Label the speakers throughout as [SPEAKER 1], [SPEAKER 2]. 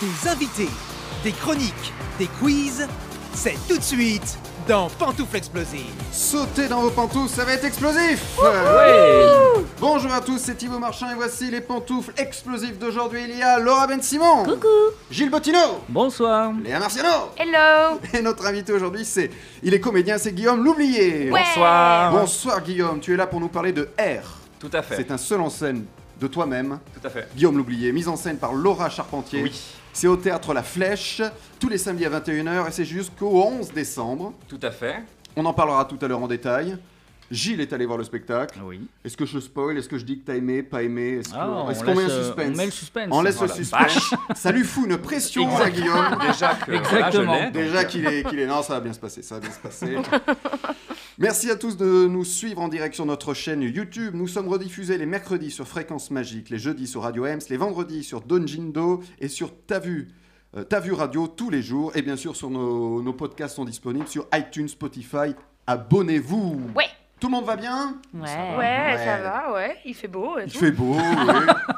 [SPEAKER 1] des invités, des chroniques, des quiz. C'est tout de suite dans Pantoufles Explosives.
[SPEAKER 2] Sautez dans vos pantoufles, ça va être explosif
[SPEAKER 3] Ouais
[SPEAKER 2] Bonjour à tous, c'est Thibaut Marchand et voici les pantoufles explosives d'aujourd'hui. Il y a Laura Ben Simon,
[SPEAKER 4] Coucou
[SPEAKER 2] Gilles Bottino,
[SPEAKER 3] Bonsoir
[SPEAKER 2] Léa Marciano
[SPEAKER 4] Hello
[SPEAKER 2] et notre invité aujourd'hui, c'est il est comédien, c'est Guillaume L'Oublié.
[SPEAKER 4] Ouais.
[SPEAKER 3] Bonsoir
[SPEAKER 2] Bonsoir Guillaume, tu es là pour nous parler de R.
[SPEAKER 3] Tout à fait,
[SPEAKER 2] C'est un seul en scène de toi-même.
[SPEAKER 3] tout à fait.
[SPEAKER 2] Guillaume L'Oublié, mise en scène par Laura Charpentier.
[SPEAKER 3] Oui,
[SPEAKER 2] C'est au théâtre La Flèche, tous les samedis à 21h et c'est jusqu'au 11 décembre.
[SPEAKER 3] tout à fait.
[SPEAKER 2] On en parlera tout à l'heure en détail. Gilles est allé voir le spectacle.
[SPEAKER 3] Oui.
[SPEAKER 2] Est-ce que je spoil Est-ce que je dis que t'as aimé, pas aimé Est-ce que-
[SPEAKER 3] Ah,
[SPEAKER 2] est-ce
[SPEAKER 3] on
[SPEAKER 2] qu'on met un
[SPEAKER 3] laisse, euh,
[SPEAKER 2] suspense
[SPEAKER 3] on met le suspense.
[SPEAKER 2] On laisse
[SPEAKER 3] Oh la
[SPEAKER 2] le
[SPEAKER 5] Bah,
[SPEAKER 2] suspense. Ça lui fout une pression à
[SPEAKER 3] Exact.
[SPEAKER 2] Guillaume.
[SPEAKER 3] Déjà que
[SPEAKER 5] Exactement.
[SPEAKER 3] voilà, je l'ai, donc,
[SPEAKER 2] Déjà
[SPEAKER 3] euh,
[SPEAKER 2] qu'il est, qu'il est. Non, ça va bien se passer, ça va bien se passer. Merci à tous de nous suivre en direct sur notre chaîne YouTube. Nous sommes rediffusés les mercredis sur Fréquence Magique, les jeudis sur Radio Ems, les vendredis sur Donjindo et sur Tavu. euh, Tavu Radio tous les jours. Et bien sûr, sur nos, nos podcasts sont disponibles sur iTunes, Spotify. Abonnez-vous.
[SPEAKER 4] Ouais
[SPEAKER 2] Tout le monde va bien
[SPEAKER 4] Ouais,
[SPEAKER 5] va.
[SPEAKER 6] Ouais,
[SPEAKER 2] Ouais.
[SPEAKER 6] ça va, ouais. Il fait beau. Et
[SPEAKER 2] Il
[SPEAKER 6] tout.
[SPEAKER 2] fait beau, oui.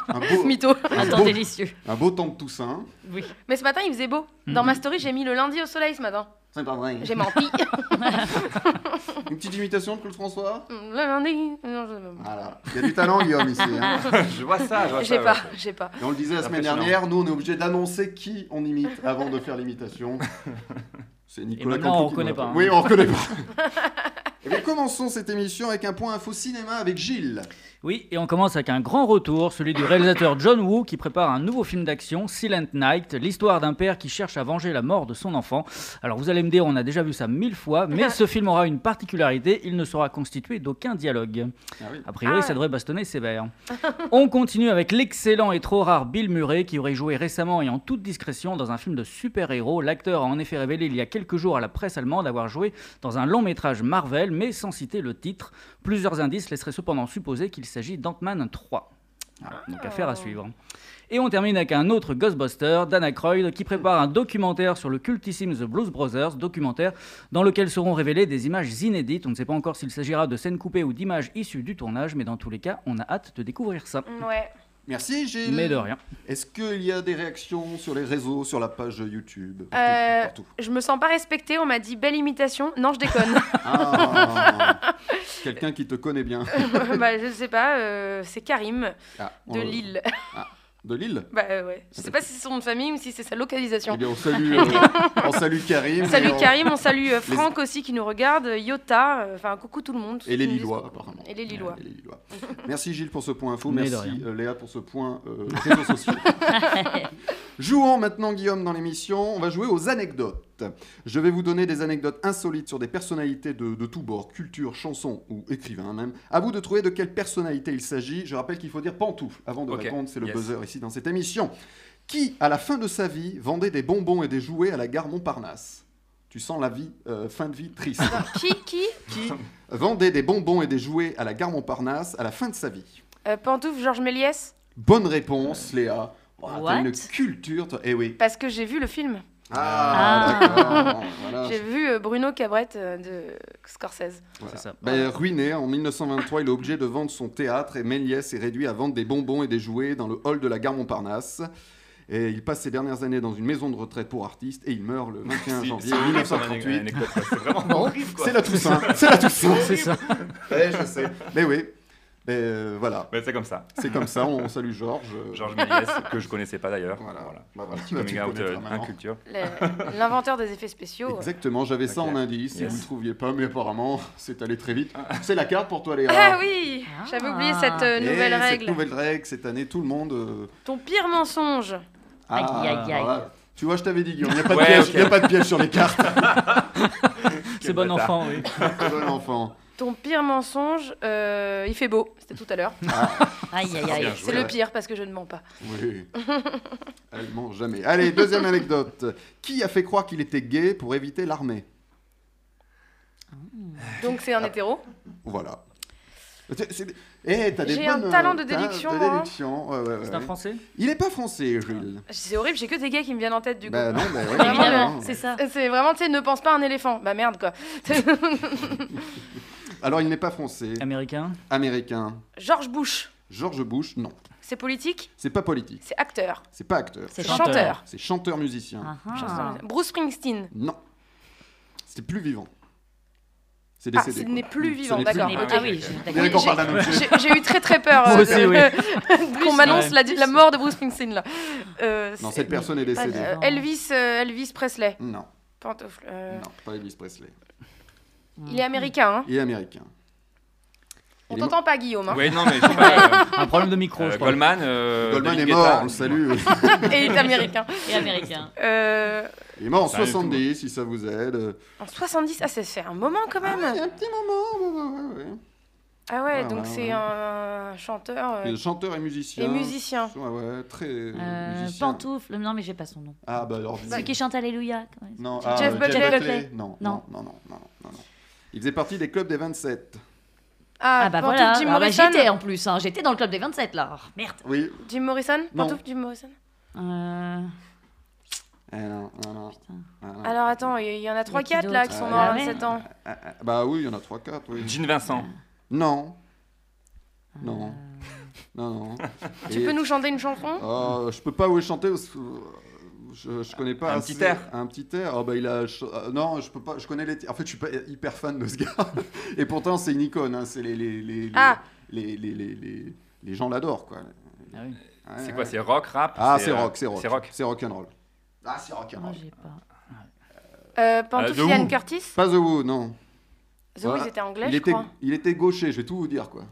[SPEAKER 2] un, beau
[SPEAKER 6] Mytho.
[SPEAKER 2] un
[SPEAKER 4] Un temps
[SPEAKER 2] beau-
[SPEAKER 4] délicieux.
[SPEAKER 2] un beau temps de Toussaint.
[SPEAKER 4] Oui.
[SPEAKER 6] Mais ce matin, il faisait beau. Dans ma story, j'ai mis le lundi au soleil ce matin.
[SPEAKER 2] C'est pas vrai.
[SPEAKER 6] J'ai menti.
[SPEAKER 2] Une petite imitation de Claude François
[SPEAKER 6] le lundi. Non, je...
[SPEAKER 2] Voilà. Il y a du talent, Guillaume, ici. hein.
[SPEAKER 3] Je vois ça, je vois
[SPEAKER 6] J'ai
[SPEAKER 3] ça,
[SPEAKER 6] pas,
[SPEAKER 3] ouais.
[SPEAKER 6] j'ai pas.
[SPEAKER 2] Et on le disait la semaine
[SPEAKER 3] Impressionnant.
[SPEAKER 2] dernière, nous on est obligé d'annoncer qui on imite avant de faire l'imitation. C'est Nicolas
[SPEAKER 5] Et maintenant,
[SPEAKER 2] Cantu
[SPEAKER 5] on
[SPEAKER 2] qui
[SPEAKER 5] reconnaît
[SPEAKER 2] nous l'a
[SPEAKER 5] pas,
[SPEAKER 2] fait. Oui, on reconnaît pas. hein. Eh bien, commençons cette émission avec un point info cinéma avec Gilles.
[SPEAKER 5] Oui, et on commence avec un grand retour, celui du réalisateur John Woo qui prépare un nouveau film d'action, Silent Night, l'histoire d'un père qui cherche à venger la mort de son enfant. Alors vous allez me dire, on a déjà vu ça mille fois, mais ce film aura une particularité, il ne sera constitué d'aucun dialogue.
[SPEAKER 2] Ah oui.
[SPEAKER 5] A priori,
[SPEAKER 6] Ah.
[SPEAKER 5] ça devrait bastonner sévère. On continue avec l'excellent et trop rare Bill Murray, qui aurait joué récemment et en toute discrétion dans un film de super-héros. L'acteur a en effet révélé il y a quelques jours à la presse allemande avoir joué dans un long métrage Marvel, mais sans citer le titre. Plusieurs indices laisseraient cependant supposer qu'il s'agit d'Ant-Man 3. Voilà, donc affaire à suivre. Et on termine avec un autre Ghostbuster, Dana Croyd, qui prépare un documentaire sur le cultissime The Blues Brothers, documentaire dans lequel seront révélées des images inédites. On ne sait pas encore s'il s'agira de scènes coupées ou d'images issues du tournage, mais dans tous les cas, on a hâte de découvrir ça.
[SPEAKER 6] Ouais.
[SPEAKER 2] Merci Gilles.
[SPEAKER 5] Mais de rien.
[SPEAKER 2] Est-ce qu'il y a des réactions sur les réseaux, sur la page YouTube Partout.
[SPEAKER 6] Euh,
[SPEAKER 2] partout.
[SPEAKER 6] Je me sens pas respectée. On m'a dit belle imitation. Non, je déconne.
[SPEAKER 2] Ah, Quelqu'un qui te connaît bien.
[SPEAKER 6] bah, je sais pas. euh, c'est Karim
[SPEAKER 2] Ah, on-
[SPEAKER 6] de Lille.
[SPEAKER 2] De Lille
[SPEAKER 6] Bah euh, ouais. Je sais pas si c'est son nom de famille ou si c'est sa
[SPEAKER 2] Eh
[SPEAKER 6] localisation.
[SPEAKER 2] bien, on salue, euh, on salue Karim. et
[SPEAKER 6] Salut
[SPEAKER 2] on-
[SPEAKER 6] Karim, on salue euh, Franck aussi qui nous regarde, euh, Yota, euh, enfin coucou tout le monde.
[SPEAKER 2] Et les Lillois, apparemment.
[SPEAKER 6] Et les Lillois.
[SPEAKER 2] Ouais, les Lillois. Merci Gilles pour ce point info.
[SPEAKER 5] Mais de
[SPEAKER 2] Merci
[SPEAKER 5] rien.
[SPEAKER 2] euh, Léa pour ce point euh, réseaux sociaux. Jouons maintenant Guillaume dans l'émission. On va jouer aux anecdotes. Je vais vous donner des anecdotes insolites sur des personnalités de, de tous bords, culture, chansons ou écrivains même. À vous de trouver de quelle personnalité il s'agit. Je rappelle qu'il faut dire pantoufle avant de
[SPEAKER 3] Ok.
[SPEAKER 2] répondre. C'est le
[SPEAKER 3] Yes.
[SPEAKER 2] buzzer ici dans cette émission. Qui, à la fin de sa vie, vendait des bonbons et des jouets à la gare Montparnasse Tu sens la vie, euh, fin de vie triste
[SPEAKER 6] Qui qui
[SPEAKER 2] qui vendait des bonbons et des jouets à la gare Montparnasse à la fin de sa vie
[SPEAKER 6] Euh, Pantouf Georges Méliès
[SPEAKER 2] Bonne réponse, Léa. Oh, t'as
[SPEAKER 4] What
[SPEAKER 2] une culture, toi. Eh oui.
[SPEAKER 6] parce que j'ai vu le film.
[SPEAKER 2] Ah,
[SPEAKER 4] Ah.
[SPEAKER 2] d'accord. voilà.
[SPEAKER 6] J'ai vu euh, Bruno Cabrette euh, de Scorsese.
[SPEAKER 2] Voilà.
[SPEAKER 5] C'est ça.
[SPEAKER 2] Ben, ruiné, en 1923, il est obligé de vendre son théâtre et Méliès est réduit à vendre des bonbons et des jouets dans le hall de la gare Montparnasse. Et il passe ses dernières années dans une maison de retraite pour artistes et il meurt le 21
[SPEAKER 3] Si,
[SPEAKER 2] janvier
[SPEAKER 3] c'est horrible comme
[SPEAKER 2] 1938.
[SPEAKER 3] anecdote, quoi. C'est vraiment horrible, quoi.
[SPEAKER 2] C'est la Toussaint, c'est la Toussaint.
[SPEAKER 5] C'est ça.
[SPEAKER 2] Eh, je sais. Mais oui, Ben, euh, voilà,
[SPEAKER 3] Ouais, c'est comme ça.
[SPEAKER 2] c'est comme ça, on salue Georges.
[SPEAKER 3] Georges Méliès, que je connaissais pas d'ailleurs.
[SPEAKER 2] Voilà.
[SPEAKER 3] voilà.
[SPEAKER 2] Bah, voilà.
[SPEAKER 3] Un petit
[SPEAKER 2] Bah,
[SPEAKER 3] coming
[SPEAKER 2] tu
[SPEAKER 3] out,
[SPEAKER 2] connais
[SPEAKER 3] euh,
[SPEAKER 2] ta maman.
[SPEAKER 3] inculture.
[SPEAKER 6] Le- L'inventeur des effets spéciaux.
[SPEAKER 2] Exactement, j'avais ça
[SPEAKER 3] Ok.
[SPEAKER 2] en indice, si
[SPEAKER 3] Yes. Ah.
[SPEAKER 2] vous ne trouviez pas, mais apparemment, c'est allé très vite. C'est la carte pour toi, Léa.
[SPEAKER 6] Ah oui J'avais
[SPEAKER 4] Ah.
[SPEAKER 6] oublié cette euh,
[SPEAKER 2] Eh,
[SPEAKER 6] nouvelle règle.
[SPEAKER 2] Cette nouvelle règle, cette année, tout le monde. euh,
[SPEAKER 6] Ton pire mensonge.
[SPEAKER 4] Aïe, aïe, aïe.
[SPEAKER 2] voilà. Ah, Tu vois, je t'avais dit, Guillaume, il n'y a, pas de
[SPEAKER 3] Ouais,
[SPEAKER 2] piège-
[SPEAKER 3] ok.
[SPEAKER 2] il y a pas de piège sur les cartes.
[SPEAKER 5] C'est bon
[SPEAKER 3] bâtard.
[SPEAKER 5] enfant, oui.
[SPEAKER 2] bon enfant.
[SPEAKER 6] Ton pire mensonge, euh, il fait beau, c'était tout à l'heure.
[SPEAKER 4] Aïe aïe
[SPEAKER 3] bien
[SPEAKER 4] aïe.
[SPEAKER 3] joué.
[SPEAKER 6] C'est le pire parce que je ne mens pas.
[SPEAKER 2] Oui. Elle ment jamais. Allez, deuxième anecdote. Qui a fait croire qu'il était gay pour éviter l'armée
[SPEAKER 6] Donc c'est un hétéro.
[SPEAKER 2] Voilà. C'est- c'est- Eh, t'as des
[SPEAKER 6] J'ai un
[SPEAKER 2] bonnes,
[SPEAKER 6] talent de
[SPEAKER 2] euh, t'as-
[SPEAKER 6] déduction, hein.
[SPEAKER 2] de
[SPEAKER 6] moi.
[SPEAKER 2] déduction. ouais, ouais,
[SPEAKER 5] C'est
[SPEAKER 2] ouais.
[SPEAKER 5] un français
[SPEAKER 2] Il n'est pas français, Jules.
[SPEAKER 6] C'est horrible, j'ai que des gays qui me viennent en tête du coup.
[SPEAKER 2] Bah non, bah ouais,
[SPEAKER 6] Évidemment,
[SPEAKER 2] vraiment.
[SPEAKER 4] Évidemment, c'est ça.
[SPEAKER 6] C'est vraiment, tu sais, ne pense pas à un éléphant. Bah merde quoi.
[SPEAKER 2] Alors, il n'est pas français.
[SPEAKER 5] Américain
[SPEAKER 2] Américain.
[SPEAKER 6] George Bush.
[SPEAKER 2] George Bush, non.
[SPEAKER 6] C'est politique
[SPEAKER 2] C'est pas politique,
[SPEAKER 6] C'est acteur
[SPEAKER 2] c'est pas acteur,
[SPEAKER 4] C'est
[SPEAKER 6] C'est
[SPEAKER 4] chanteur.
[SPEAKER 6] chanteur
[SPEAKER 2] c'est chanteur-musicien.
[SPEAKER 4] Ah, ah.
[SPEAKER 6] Chanteur. Bruce Springsteen
[SPEAKER 2] Non. C'était plus vivant. C'est
[SPEAKER 6] Ah,
[SPEAKER 2] décédé.
[SPEAKER 6] ce
[SPEAKER 2] quoi.
[SPEAKER 6] n'est plus
[SPEAKER 2] Ce
[SPEAKER 6] vivant,
[SPEAKER 2] n'est plus
[SPEAKER 6] d'accord.
[SPEAKER 2] vivant.
[SPEAKER 3] Ah,
[SPEAKER 4] Ah
[SPEAKER 3] oui,
[SPEAKER 4] oui,
[SPEAKER 3] ok, ok.
[SPEAKER 4] j'ai-
[SPEAKER 2] Il y en a qui en parlent d'un autre jeu.
[SPEAKER 6] J'ai j'ai eu très très peur
[SPEAKER 5] Moi
[SPEAKER 6] euh,
[SPEAKER 5] aussi,
[SPEAKER 6] de-
[SPEAKER 5] oui.
[SPEAKER 6] qu'on m'annonce la, la mort de Bruce Springsteen là. Euh,
[SPEAKER 2] Non,
[SPEAKER 6] c'est-
[SPEAKER 2] cette personne est
[SPEAKER 6] pas-
[SPEAKER 2] décédée.
[SPEAKER 6] euh, Elvis, euh, Elvis Presley.
[SPEAKER 2] Non,
[SPEAKER 6] Pantoufle. euh,
[SPEAKER 2] non, pas Elvis Presley.
[SPEAKER 6] Il est américain. Hein.
[SPEAKER 2] Il est américain.
[SPEAKER 6] On
[SPEAKER 2] Il est
[SPEAKER 6] t'entend pas, Guillaume. hein.
[SPEAKER 3] Ouais, non, mais je sais pas. euh,
[SPEAKER 5] Un problème de micro,
[SPEAKER 3] euh,
[SPEAKER 5] je crois.
[SPEAKER 3] Goldman. euh,
[SPEAKER 2] Goldman est
[SPEAKER 3] David
[SPEAKER 2] mort,
[SPEAKER 3] Guetta.
[SPEAKER 2] on le salue.
[SPEAKER 6] Et il est américain.
[SPEAKER 4] Et américain.
[SPEAKER 6] Euh,
[SPEAKER 2] Il est mort en
[SPEAKER 3] Pas du tout.
[SPEAKER 2] 70, si ça vous aide.
[SPEAKER 6] en 70, ah, ça fait un moment quand
[SPEAKER 2] Ah, il y
[SPEAKER 6] même.
[SPEAKER 2] a un petit moment. ouais, ouais, ouais.
[SPEAKER 6] Ah ouais,
[SPEAKER 2] Ah,
[SPEAKER 6] donc
[SPEAKER 2] ouais, ouais.
[SPEAKER 6] c'est un chanteur euh,
[SPEAKER 2] Il est chanteur et musicien.
[SPEAKER 6] et musicien.
[SPEAKER 2] Ouais, ouais, très
[SPEAKER 4] Euh,
[SPEAKER 2] musicien.
[SPEAKER 4] pantoufle. Non, mais j'ai pas son nom.
[SPEAKER 2] Ah, bah alors.
[SPEAKER 4] Celui qui chante Alléluia. quand même.
[SPEAKER 2] Non, ah,
[SPEAKER 6] Jeff
[SPEAKER 2] euh,
[SPEAKER 6] Buckley.
[SPEAKER 2] Non, non,
[SPEAKER 4] Non.
[SPEAKER 2] non, non, non, non, non. Il faisait partie des clubs des 27.
[SPEAKER 6] Ah,
[SPEAKER 4] Ah bah
[SPEAKER 6] Pantoufle
[SPEAKER 4] voilà,
[SPEAKER 6] Jim
[SPEAKER 4] Ah bah,
[SPEAKER 6] Morrison.
[SPEAKER 4] j'étais en plus, hein. j'étais dans le club des 27 là. Oh, merde.
[SPEAKER 2] Oui.
[SPEAKER 6] Jim Morrison
[SPEAKER 2] Non.
[SPEAKER 6] Pantoufle Jim Morrison.
[SPEAKER 4] Euh,
[SPEAKER 2] Eh non, non, non.
[SPEAKER 4] putain.
[SPEAKER 2] ah, non.
[SPEAKER 6] Alors attends, il y en a
[SPEAKER 4] qui
[SPEAKER 6] 3-4 là
[SPEAKER 4] d'autre
[SPEAKER 6] qui sont
[SPEAKER 2] Ah
[SPEAKER 6] morts à
[SPEAKER 4] ouais.
[SPEAKER 6] 27 ans.
[SPEAKER 2] Ah, ah, Bah oui, il y en a 3-4. Oui.
[SPEAKER 3] Jean Vincent.
[SPEAKER 2] Non. Non. Non, non.
[SPEAKER 6] Ah. Tu peux nous chanter une chanson
[SPEAKER 2] Euh, je peux pas vous chanter parce que euh, je, je connais pas
[SPEAKER 3] Un
[SPEAKER 2] assez-
[SPEAKER 3] petit air.
[SPEAKER 2] Un petit air. Ah bah il a. ch- euh, non, je peux pas. Je connais les. ti- En fait, je suis pas hyper fan de ce gars. Et pourtant, c'est une icône. hein, C'est les les les les,
[SPEAKER 6] Ah.
[SPEAKER 2] les, les, les, les- les gens l'adorent quoi.
[SPEAKER 5] Ah oui.
[SPEAKER 2] Ouais,
[SPEAKER 3] C'est
[SPEAKER 2] ouais.
[SPEAKER 3] quoi C'est rock, rap
[SPEAKER 2] Ah, c'est
[SPEAKER 3] euh,
[SPEAKER 2] rock, c'est rock.
[SPEAKER 3] C'est rock.
[SPEAKER 2] C'est rock and roll. Ah, c'est rock and
[SPEAKER 4] Moi
[SPEAKER 2] roll.
[SPEAKER 4] j'ai pas.
[SPEAKER 6] euh,
[SPEAKER 3] The
[SPEAKER 6] Pantoufle
[SPEAKER 3] Who.
[SPEAKER 6] Ian Curtis
[SPEAKER 2] Pas The Who, non.
[SPEAKER 6] The Who,
[SPEAKER 2] Voilà.
[SPEAKER 6] ils étaient anglais,
[SPEAKER 2] il
[SPEAKER 6] je
[SPEAKER 2] était
[SPEAKER 6] crois.
[SPEAKER 2] il était gaucher. Je vais tout vous dire quoi.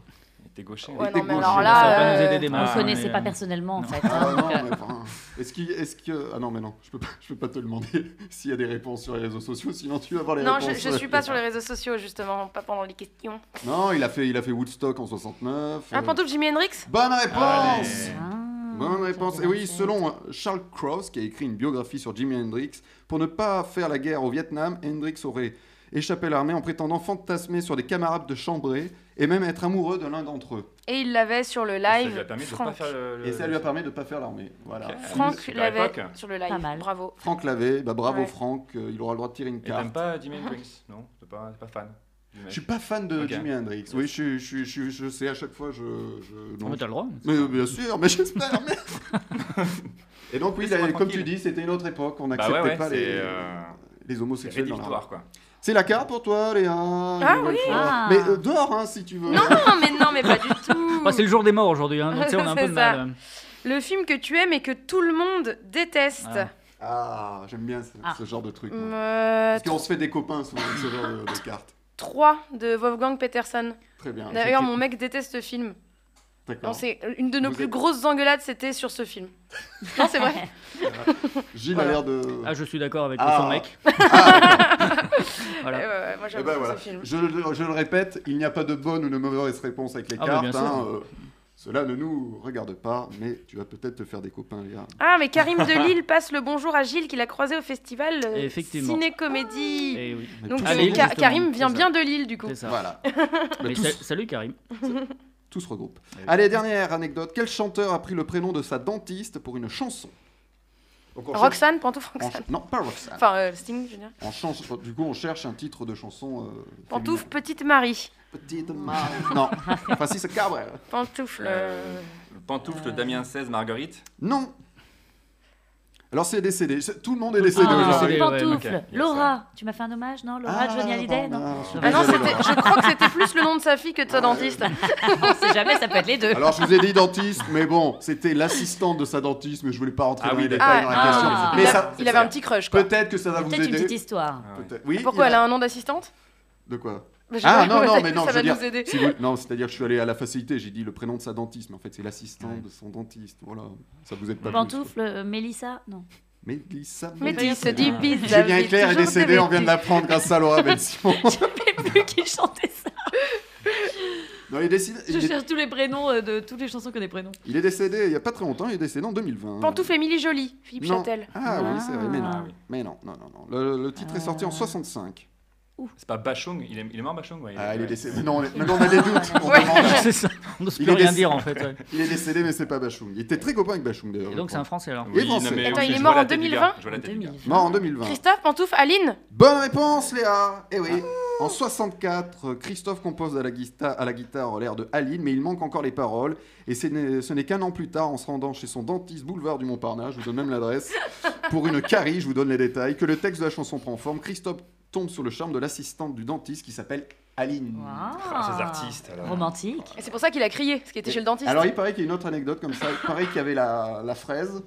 [SPEAKER 3] T'es gaucher.
[SPEAKER 6] Ouais,
[SPEAKER 2] était
[SPEAKER 6] non, mais
[SPEAKER 2] gaucher.
[SPEAKER 6] alors
[SPEAKER 2] Ça
[SPEAKER 5] Ça va pas
[SPEAKER 6] là.
[SPEAKER 5] nous
[SPEAKER 6] euh,
[SPEAKER 5] aider des
[SPEAKER 4] On
[SPEAKER 5] masses,
[SPEAKER 4] le connaissait
[SPEAKER 5] mais,
[SPEAKER 4] pas
[SPEAKER 5] euh,
[SPEAKER 4] personnellement en fait.
[SPEAKER 2] Ah
[SPEAKER 4] hein,
[SPEAKER 2] non,
[SPEAKER 4] donc, euh,
[SPEAKER 2] mais enfin, est-ce qu'il- est-ce que ah non mais non, je peux pas, je peux pas te demander s'il y a des réponses sur les réseaux sociaux, sinon tu vas avoir les
[SPEAKER 6] Non,
[SPEAKER 2] réponses.
[SPEAKER 6] je, je suis pas sur les réseaux sociaux justement, pas pendant les questions.
[SPEAKER 2] Non, il a fait, il a fait Woodstock en 69. euh,
[SPEAKER 6] Ah, Pantoufle Jimi Hendrix
[SPEAKER 2] Bonne réponse.
[SPEAKER 3] Allez.
[SPEAKER 4] ah,
[SPEAKER 2] Bonne réponse. Et oui,
[SPEAKER 4] 27.
[SPEAKER 2] selon euh, Charles Krauss, qui a écrit une biographie sur Jimi Hendrix, pour ne pas faire la guerre au Vietnam, Hendrix aurait échappé à l'armée en prétendant fantasmer sur des camarades de chambrée et même être amoureux de l'un d'entre eux.
[SPEAKER 6] Et il l'avait sur le
[SPEAKER 3] Ça lui a
[SPEAKER 6] live.
[SPEAKER 3] permis de
[SPEAKER 6] Franck,
[SPEAKER 3] pas faire le. le-
[SPEAKER 2] Et ça lui a permis de ne pas faire l'armée. Voilà.
[SPEAKER 3] Euh, Ok.
[SPEAKER 6] Franck
[SPEAKER 3] Super
[SPEAKER 6] l'avait
[SPEAKER 3] époque.
[SPEAKER 6] sur le live.
[SPEAKER 4] Pas mal.
[SPEAKER 6] Bravo.
[SPEAKER 2] Franck Lavé, bah bravo
[SPEAKER 6] Ouais.
[SPEAKER 2] Franck, euh, il aura le droit de tirer une
[SPEAKER 3] Et t'aimes
[SPEAKER 2] carte.
[SPEAKER 3] pas Jimi Hendrix Non, t'es pas, t'es pas fan. du mec.
[SPEAKER 2] Je suis pas fan de
[SPEAKER 3] Ok.
[SPEAKER 2] Jimi Hendrix. Oui, je, suis- je, suis- je, suis- je sais, à chaque fois, je... je-
[SPEAKER 5] Non,
[SPEAKER 2] non,
[SPEAKER 5] Ah, mais t'as le droit.
[SPEAKER 2] Mais euh, bien sûr, mais j'espère. mais- Et donc oui,
[SPEAKER 3] Laissez-moi
[SPEAKER 2] là, comme tu
[SPEAKER 3] tranquille.
[SPEAKER 2] dis, c'était une autre époque, on
[SPEAKER 3] Bah
[SPEAKER 2] n'acceptait
[SPEAKER 3] ouais, ouais,
[SPEAKER 2] pas
[SPEAKER 3] c'est.
[SPEAKER 2] les,
[SPEAKER 3] euh,
[SPEAKER 2] les
[SPEAKER 3] C'est
[SPEAKER 2] homosexuels dans la rue.
[SPEAKER 3] rédhibitoire, quoi.
[SPEAKER 2] C'est la carte pour toi, Léa. Ah
[SPEAKER 6] oui.
[SPEAKER 4] Ah.
[SPEAKER 2] Mais euh, dehors, hein, si tu veux.
[SPEAKER 6] Non, mais non, mais pas du tout.
[SPEAKER 5] Enfin, Bah, c'est le jour des morts aujourd'hui, hein, donc tu sais, on a un peu
[SPEAKER 6] C'est
[SPEAKER 5] de mal. euh.
[SPEAKER 6] Le film que tu aimes et que tout le monde déteste.
[SPEAKER 5] Ah.
[SPEAKER 2] Ah, j'aime bien ce,
[SPEAKER 4] Ah.
[SPEAKER 2] ce genre de truc. moi.
[SPEAKER 6] Euh,
[SPEAKER 2] Parce qu'on se fait des copains souvent avec ce genre de, de cartes.
[SPEAKER 6] 3 de Wolfgang Peterson.
[SPEAKER 2] Très bien.
[SPEAKER 6] D'ailleurs, mon mec déteste ce film. Non,
[SPEAKER 2] D'accord.
[SPEAKER 6] c'est euh, une de nos
[SPEAKER 2] Vous
[SPEAKER 6] plus
[SPEAKER 2] êtes-
[SPEAKER 6] grosses engueulades, c'était sur ce film. Non, c'est vrai.
[SPEAKER 2] Gilles
[SPEAKER 6] Voilà.
[SPEAKER 2] a l'air de...
[SPEAKER 5] Ah, je suis d'accord avec
[SPEAKER 2] Ah.
[SPEAKER 5] son mec.
[SPEAKER 6] Ouais,
[SPEAKER 5] Voilà.
[SPEAKER 6] ouais, ouais, moi,
[SPEAKER 2] Eh
[SPEAKER 6] j'aime
[SPEAKER 2] ben voilà.
[SPEAKER 6] ce film.
[SPEAKER 2] Je, le- je le répète, il n'y a pas de bonne ou de mauvaise réponse avec les
[SPEAKER 5] Ah, mais
[SPEAKER 2] cartes.
[SPEAKER 5] bien sûr.
[SPEAKER 2] hein, euh, cela ne nous regarde pas, mais tu vas peut-être te faire des copains, Léa.
[SPEAKER 6] Ah, mais Karim Delille passe le bonjour à Gilles qu'il a croisé au festival euh,
[SPEAKER 5] Effectivement.
[SPEAKER 6] Ciné-Comédie.
[SPEAKER 5] Et oui,
[SPEAKER 2] Mais
[SPEAKER 6] Donc
[SPEAKER 2] tous-
[SPEAKER 5] Ah,
[SPEAKER 6] euh,
[SPEAKER 5] Lille,
[SPEAKER 6] Ka-
[SPEAKER 5] justement,
[SPEAKER 6] Karim vient
[SPEAKER 5] c'est ça.
[SPEAKER 6] bien de Lille du coup.
[SPEAKER 5] c'est ça.
[SPEAKER 2] Voilà. Mais
[SPEAKER 5] Mais
[SPEAKER 2] tous-
[SPEAKER 5] sa- salut Karim.
[SPEAKER 2] tout se regroupe.
[SPEAKER 5] Ouais.
[SPEAKER 2] Allez, dernière anecdote. Quel chanteur a pris le prénom de sa dentiste pour une chanson Donc, on cherche-
[SPEAKER 6] Roxane, Pantoufle
[SPEAKER 2] on
[SPEAKER 6] Roxane.
[SPEAKER 2] ch- Non, pas Roxane.
[SPEAKER 6] Enfin, euh, Sting, je veux dire.
[SPEAKER 2] On change- Du coup, on cherche un titre de chanson. euh,
[SPEAKER 6] Pantoufle
[SPEAKER 2] féminin.
[SPEAKER 6] Petite Marie.
[SPEAKER 2] Petite Marie. Non, Francis Cabrel.
[SPEAKER 6] Pantoufle. euh,
[SPEAKER 3] Euh, Pantoufle Damien XVI Marguerite.
[SPEAKER 2] Non. Alors, c'est décédé. C'est- Tout le monde est décédé
[SPEAKER 5] Ah,
[SPEAKER 2] aujourd'hui.
[SPEAKER 5] décédé, ouais,
[SPEAKER 4] pantoufle.
[SPEAKER 3] ok, yes.
[SPEAKER 4] Laura, tu m'as fait un hommage, non Laura de Johnny Hallyday,
[SPEAKER 2] Ah,
[SPEAKER 4] non
[SPEAKER 2] pardon, je suis
[SPEAKER 4] Ah
[SPEAKER 6] Ah non,
[SPEAKER 2] désolé,
[SPEAKER 6] c'était-
[SPEAKER 2] Laura.
[SPEAKER 6] je crois que c'était plus le nom de sa fille que de sa dentiste.
[SPEAKER 4] On sait jamais, ça peut être les deux.
[SPEAKER 2] Alors, je vous ai dit dentiste, mais bon, c'était l'assistante de sa dentiste, mais je voulais pas rentrer
[SPEAKER 3] Ah
[SPEAKER 2] dans
[SPEAKER 3] oui,
[SPEAKER 2] les
[SPEAKER 3] d'accord.
[SPEAKER 2] détails dans la
[SPEAKER 4] Ah,
[SPEAKER 2] question.
[SPEAKER 4] ah,
[SPEAKER 2] mais
[SPEAKER 6] il, a-
[SPEAKER 2] ça,
[SPEAKER 6] il avait un petit crush quoi.
[SPEAKER 2] peut-être que ça va vous
[SPEAKER 4] Peut-être une petite
[SPEAKER 2] aider.
[SPEAKER 4] histoire.
[SPEAKER 3] Ah ouais.
[SPEAKER 2] Peut-être. Oui,
[SPEAKER 6] Pourquoi
[SPEAKER 2] il
[SPEAKER 6] elle a un nom d'assistante
[SPEAKER 2] De quoi
[SPEAKER 6] Bah, je sais
[SPEAKER 2] Ah
[SPEAKER 6] pas,
[SPEAKER 2] non, non,
[SPEAKER 6] peut-être
[SPEAKER 2] mais
[SPEAKER 6] que
[SPEAKER 2] non,
[SPEAKER 6] ça
[SPEAKER 2] je veux
[SPEAKER 6] va
[SPEAKER 2] dire.
[SPEAKER 6] nous aider.
[SPEAKER 2] si vous- Non, c'est-à-dire que je suis allé à la facilité, j'ai dit le prénom de sa dentiste, mais en fait, c'est l'assistant de son dentiste. Voilà, ça vous aide pas
[SPEAKER 4] Pantoufle, euh, Mélissa Non.
[SPEAKER 2] plus. Mélissa.
[SPEAKER 6] Mais tu se dis
[SPEAKER 3] dit
[SPEAKER 6] bizarre.
[SPEAKER 2] Julien Eclair est décédé, on vient de l'apprendre grâce à Laura Bension.
[SPEAKER 4] J'avais plus qui chantait ça.
[SPEAKER 2] Non, il est, décédé,
[SPEAKER 4] Je
[SPEAKER 2] il, est,
[SPEAKER 4] cherche tous les prénoms euh, de toutes les chansons que des prénoms.
[SPEAKER 2] il est décédé il y a pas très longtemps, il est décédé en 2020.
[SPEAKER 6] Pantoufle Émilie Jolie, Philippe
[SPEAKER 2] Non.
[SPEAKER 6] Châtel.
[SPEAKER 2] Ah oui, c'est vrai, mais non.
[SPEAKER 4] Ah.
[SPEAKER 2] Mais non, non, non, non. Le, le titre est sorti en 65.
[SPEAKER 3] C'est pas Bachung, il est, il est mort Bachung ouais,
[SPEAKER 2] Ah, il est
[SPEAKER 3] ouais.
[SPEAKER 2] décédé. Non, on est- maintenant, on a des doutes. On
[SPEAKER 6] Ouais.
[SPEAKER 2] demande.
[SPEAKER 5] C'est ça, on n'ose
[SPEAKER 2] Il
[SPEAKER 5] plus
[SPEAKER 2] est
[SPEAKER 5] rien
[SPEAKER 2] déc-
[SPEAKER 5] dire en fait. ouais.
[SPEAKER 2] Il est décédé, mais c'est pas Bachung. Il était très copain avec Bachung d'ailleurs.
[SPEAKER 5] Et
[SPEAKER 2] je
[SPEAKER 5] donc c'est
[SPEAKER 2] crois.
[SPEAKER 5] un Français alors.
[SPEAKER 2] Oui, français.
[SPEAKER 3] mais
[SPEAKER 6] Attends,
[SPEAKER 3] oui,
[SPEAKER 6] il est
[SPEAKER 3] je vois
[SPEAKER 6] mort
[SPEAKER 3] la
[SPEAKER 6] en
[SPEAKER 3] tête du
[SPEAKER 6] 2020?
[SPEAKER 3] gars, je vois la tête du gars.
[SPEAKER 2] Mort en 2020.
[SPEAKER 6] Christophe, Pantouf, Aline
[SPEAKER 2] Bonne réponse, Léa Eh oui
[SPEAKER 5] Ah.
[SPEAKER 2] En 64, euh, Christophe compose à la, guita- à la guitare l'air de Aline, mais il manque encore les paroles. Et ce n'est ce n'est qu'un an plus tard, en se rendant chez son dentiste boulevard du Montparnasse, je vous donne même l'adresse, pour une carie, je vous donne les détails, que le texte de la chanson prend forme. Christophe tombe sur le charme de l'assistante du dentiste qui s'appelle Aline.
[SPEAKER 3] Ah, ces artistes, alors.
[SPEAKER 4] Romantique.
[SPEAKER 6] Et c'est pour ça qu'il a crié, parce qu'il était chez le dentiste.
[SPEAKER 2] Alors il paraît qu'il y a une autre anecdote comme ça. Il paraît qu'il y avait la, la fraise